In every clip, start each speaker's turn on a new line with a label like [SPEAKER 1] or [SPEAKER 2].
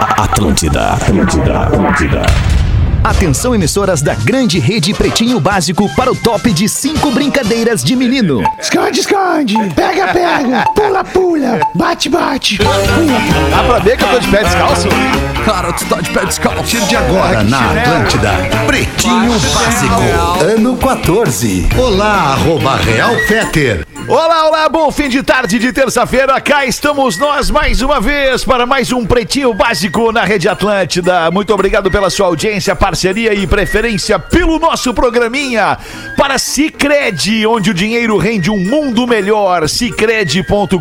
[SPEAKER 1] Atlântida, Atlântida, Atlântida. Atenção emissoras da grande rede Pretinho Básico para o top de cinco brincadeiras de menino.
[SPEAKER 2] Esconde, esconde. Pega, pega. Pula, pula. Bate, bate.
[SPEAKER 3] Dá pra ver que eu tô de pé descalço?
[SPEAKER 4] Cara, tu tá de pé descalço.
[SPEAKER 5] partir de agora na Atlântida. Pretinho Básico, ano 14. Olá, arroba Real Feter.
[SPEAKER 3] Olá, olá, bom fim de tarde de terça-feira. Cá estamos nós mais uma vez para mais um Pretinho Básico na Rede Atlântida. Muito obrigado pela sua audiência, parceria e preferência pelo nosso programinha para Cicred, onde o dinheiro rende um mundo melhor. Cicred.com.br.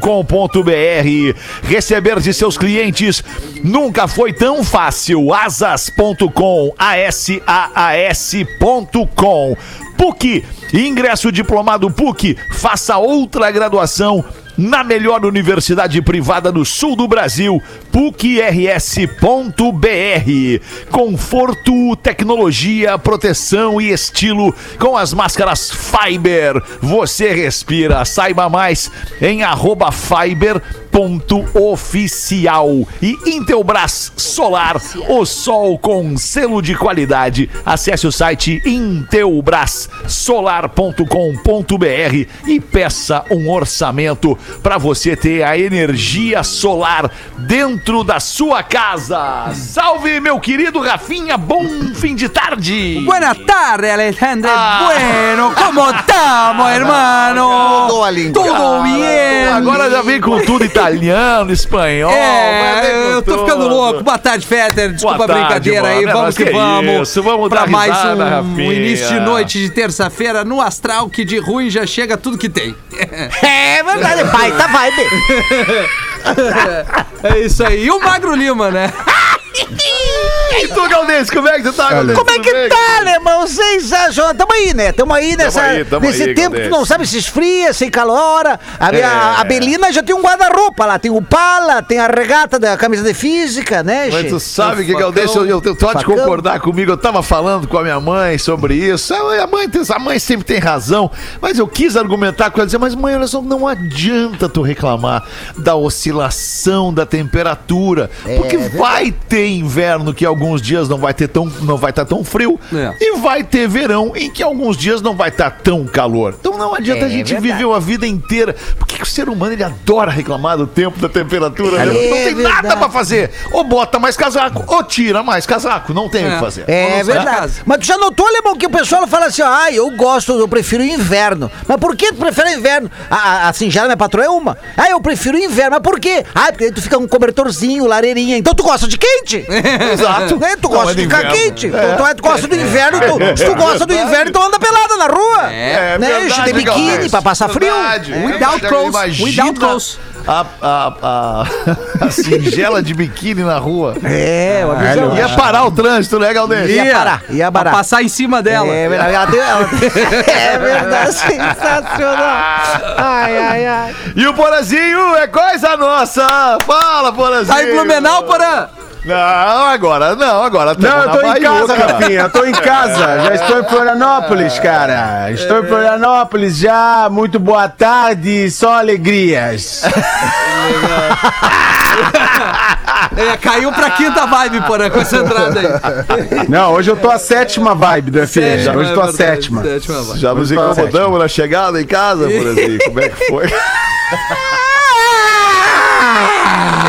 [SPEAKER 3] Receber de seus clientes nunca foi tão fácil. Asas.com, A-S-A-A-S.com. PUC, ingresso diplomado PUC, faça outra graduação na melhor universidade privada do sul do Brasil, pucrs.br. Conforto, tecnologia, proteção e estilo com as máscaras Fiber. Você respira. Saiba mais em arroba fiber.oficial e Intelbras Solar, o sol com selo de qualidade. Acesse o site intelbrassolar.com.br e peça um orçamento para você ter a energia solar dentro da sua casa. Salve, meu querido Rafinha, bom fim de tarde.
[SPEAKER 4] Buena tarde, Alejandro.
[SPEAKER 3] Ah.
[SPEAKER 4] Bueno, como estamos, hermano?
[SPEAKER 2] Todo lindo.
[SPEAKER 4] Tudo bien.
[SPEAKER 3] Agora já vem com tudo italiano, espanhol. vai vir com
[SPEAKER 4] É, Eh, eu tô ficando
[SPEAKER 3] tudo.
[SPEAKER 4] louco. Boa tarde, Fetter. Desculpa
[SPEAKER 3] Boa
[SPEAKER 4] a
[SPEAKER 3] tarde,
[SPEAKER 4] brincadeira aí.
[SPEAKER 3] mano. É,
[SPEAKER 4] Vamos
[SPEAKER 3] mas
[SPEAKER 4] que,
[SPEAKER 3] que
[SPEAKER 4] vamos.
[SPEAKER 3] isso, vamos
[SPEAKER 4] pra
[SPEAKER 3] dar
[SPEAKER 4] mais
[SPEAKER 3] risada,
[SPEAKER 4] um
[SPEAKER 3] Rafinha.
[SPEAKER 4] início de noite de terça-feira no Astral, que de ruim já chega tudo que tem.
[SPEAKER 6] É verdade, pai, tá vibe.
[SPEAKER 4] É isso aí. E o Magro Lima, né?
[SPEAKER 3] E tu, Galdês, como é que tu tá, Galdês?
[SPEAKER 6] Como é que tá, né, irmão? Vocês acham? Tamo aí, né? Tamo aí nessa,
[SPEAKER 3] aí, tamo
[SPEAKER 6] nesse
[SPEAKER 3] aí,
[SPEAKER 6] tempo que tu
[SPEAKER 3] Galdês.
[SPEAKER 6] não sabe se esfria, se calora. A, minha,
[SPEAKER 3] É.
[SPEAKER 6] a Belina já tem um guarda-roupa lá, tem o pala, tem a regata da camisa de física, né,
[SPEAKER 3] Mas tu
[SPEAKER 6] gente?
[SPEAKER 3] sabe que, Galdês, eu, eu, eu tu pode
[SPEAKER 6] Facão.
[SPEAKER 3] concordar comigo. Eu tava falando com a minha mãe sobre isso. A a mãe, tem- a mãe sempre tem razão. Mas eu quis argumentar com ela, dizer, mas mãe, olha só, não adianta tu reclamar da oscilação da temperatura. porque
[SPEAKER 6] É verdade.
[SPEAKER 3] vai ter inverno que alguns dias não vai ter tão, não vai estar tão frio.
[SPEAKER 4] É.
[SPEAKER 3] E vai ter verão em que alguns dias não vai estar tão calor. Então não adianta a
[SPEAKER 6] É
[SPEAKER 3] gente
[SPEAKER 6] verdade.
[SPEAKER 3] viver uma vida inteira. Por que, que o ser humano ele adora reclamar do tempo, da temperatura? né?
[SPEAKER 6] É
[SPEAKER 3] não tem nada
[SPEAKER 6] verdade.
[SPEAKER 3] pra fazer. Ou bota mais casaco, ou tira mais casaco. Não tem o que fazer.
[SPEAKER 6] É
[SPEAKER 4] Não sai de
[SPEAKER 6] verdade.
[SPEAKER 4] casa.
[SPEAKER 6] Mas tu já notou, Alemão, que o pessoal fala assim, ó, ah, eu gosto, eu prefiro inverno. Mas por que tu prefere inverno? A, a, a singela minha patroa é uma. Ah, eu prefiro inverno. Mas por quê? Ah, porque aí tu fica com um cobertorzinho, lareirinha. Então tu gosta de quente?
[SPEAKER 3] Exato.
[SPEAKER 6] Né? Tu
[SPEAKER 3] Não
[SPEAKER 6] gosta
[SPEAKER 3] é
[SPEAKER 6] de
[SPEAKER 3] do
[SPEAKER 6] ficar
[SPEAKER 3] inverno. É.
[SPEAKER 6] quente. Então, tu gosta do inverno, tu, se tu gosta do inverno, então anda pelada na rua.
[SPEAKER 3] É
[SPEAKER 6] né?
[SPEAKER 3] verdade,
[SPEAKER 6] de biquíni
[SPEAKER 3] Galdês.
[SPEAKER 6] pra passar frio.
[SPEAKER 3] Verdade.
[SPEAKER 6] É.
[SPEAKER 4] Without
[SPEAKER 3] Imagina-
[SPEAKER 4] clothes,
[SPEAKER 3] imagina
[SPEAKER 4] without clothes.
[SPEAKER 3] A, a, a, a singela de biquíni na rua.
[SPEAKER 6] É,
[SPEAKER 3] Ah,
[SPEAKER 6] uma visão.
[SPEAKER 3] Ia parar o trânsito, né, Galdês?
[SPEAKER 6] Ia parar, ia parar.
[SPEAKER 4] Pra passar em cima dela.
[SPEAKER 6] É verdade, ela tem- ela- é verdade, sensacional.
[SPEAKER 3] Ah,
[SPEAKER 6] Ai, ai, ai.
[SPEAKER 3] E o Porazinho é coisa nossa. Fala, Porazinho.
[SPEAKER 4] Tá em Blumenau, Porã?
[SPEAKER 3] Não, agora não, agora tamo
[SPEAKER 2] Não, eu
[SPEAKER 3] na
[SPEAKER 2] tô em
[SPEAKER 3] Baiuca.
[SPEAKER 2] casa, Rafinha. Eu tô em casa. Já estou em Florianópolis, cara. Estou em Florianópolis já. Muito boa tarde. Só alegrias.
[SPEAKER 4] É, caiu pra quinta vibe, Porã, com essa entrada aí.
[SPEAKER 2] Não, hoje eu tô a sétima vibe do FM. hoje eu tô a
[SPEAKER 4] é verdade,
[SPEAKER 2] sétima.
[SPEAKER 4] sétima vibe.
[SPEAKER 3] Já nos incomodamos na chegada em casa, Porazinho. Como é que foi?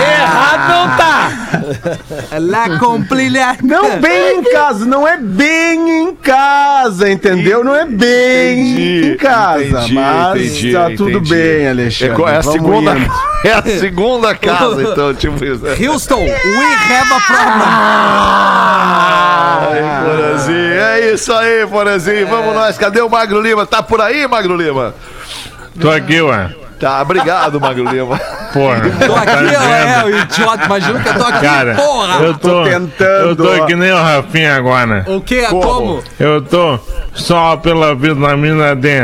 [SPEAKER 4] Errado não tá! É La complilha.
[SPEAKER 2] Não bem em casa, não é bem em casa, entendeu? Não é bem
[SPEAKER 3] Entendi,
[SPEAKER 2] em casa,
[SPEAKER 3] entendi,
[SPEAKER 2] mas
[SPEAKER 3] entendi,
[SPEAKER 2] tá tudo
[SPEAKER 3] entendi.
[SPEAKER 2] bem, Alexandre.
[SPEAKER 3] É, co- é a
[SPEAKER 2] Vamos
[SPEAKER 3] segunda,
[SPEAKER 2] indo.
[SPEAKER 3] é a segunda casa, então, tipo isso.
[SPEAKER 4] Houston, we have a problem.
[SPEAKER 3] Ai, Porazinho, é isso aí, Porazinho. Vamos nós. Cadê o Magro Lima? Tá por aí, Magro Lima?
[SPEAKER 7] Tô aqui, ué.
[SPEAKER 3] Tá, obrigado, Magro Lima.
[SPEAKER 7] Porra.
[SPEAKER 4] Tô
[SPEAKER 7] tá
[SPEAKER 4] aqui, ó, é,
[SPEAKER 7] dizendo.
[SPEAKER 4] o idiota. Imagina que eu tô aqui,
[SPEAKER 7] Cara,
[SPEAKER 4] porra.
[SPEAKER 7] eu tô,
[SPEAKER 2] Tô tentando,
[SPEAKER 7] Eu tô
[SPEAKER 2] ó.
[SPEAKER 7] que nem o Rafinha agora.
[SPEAKER 4] O que? Como?
[SPEAKER 7] Eu tô só pela vitamina D.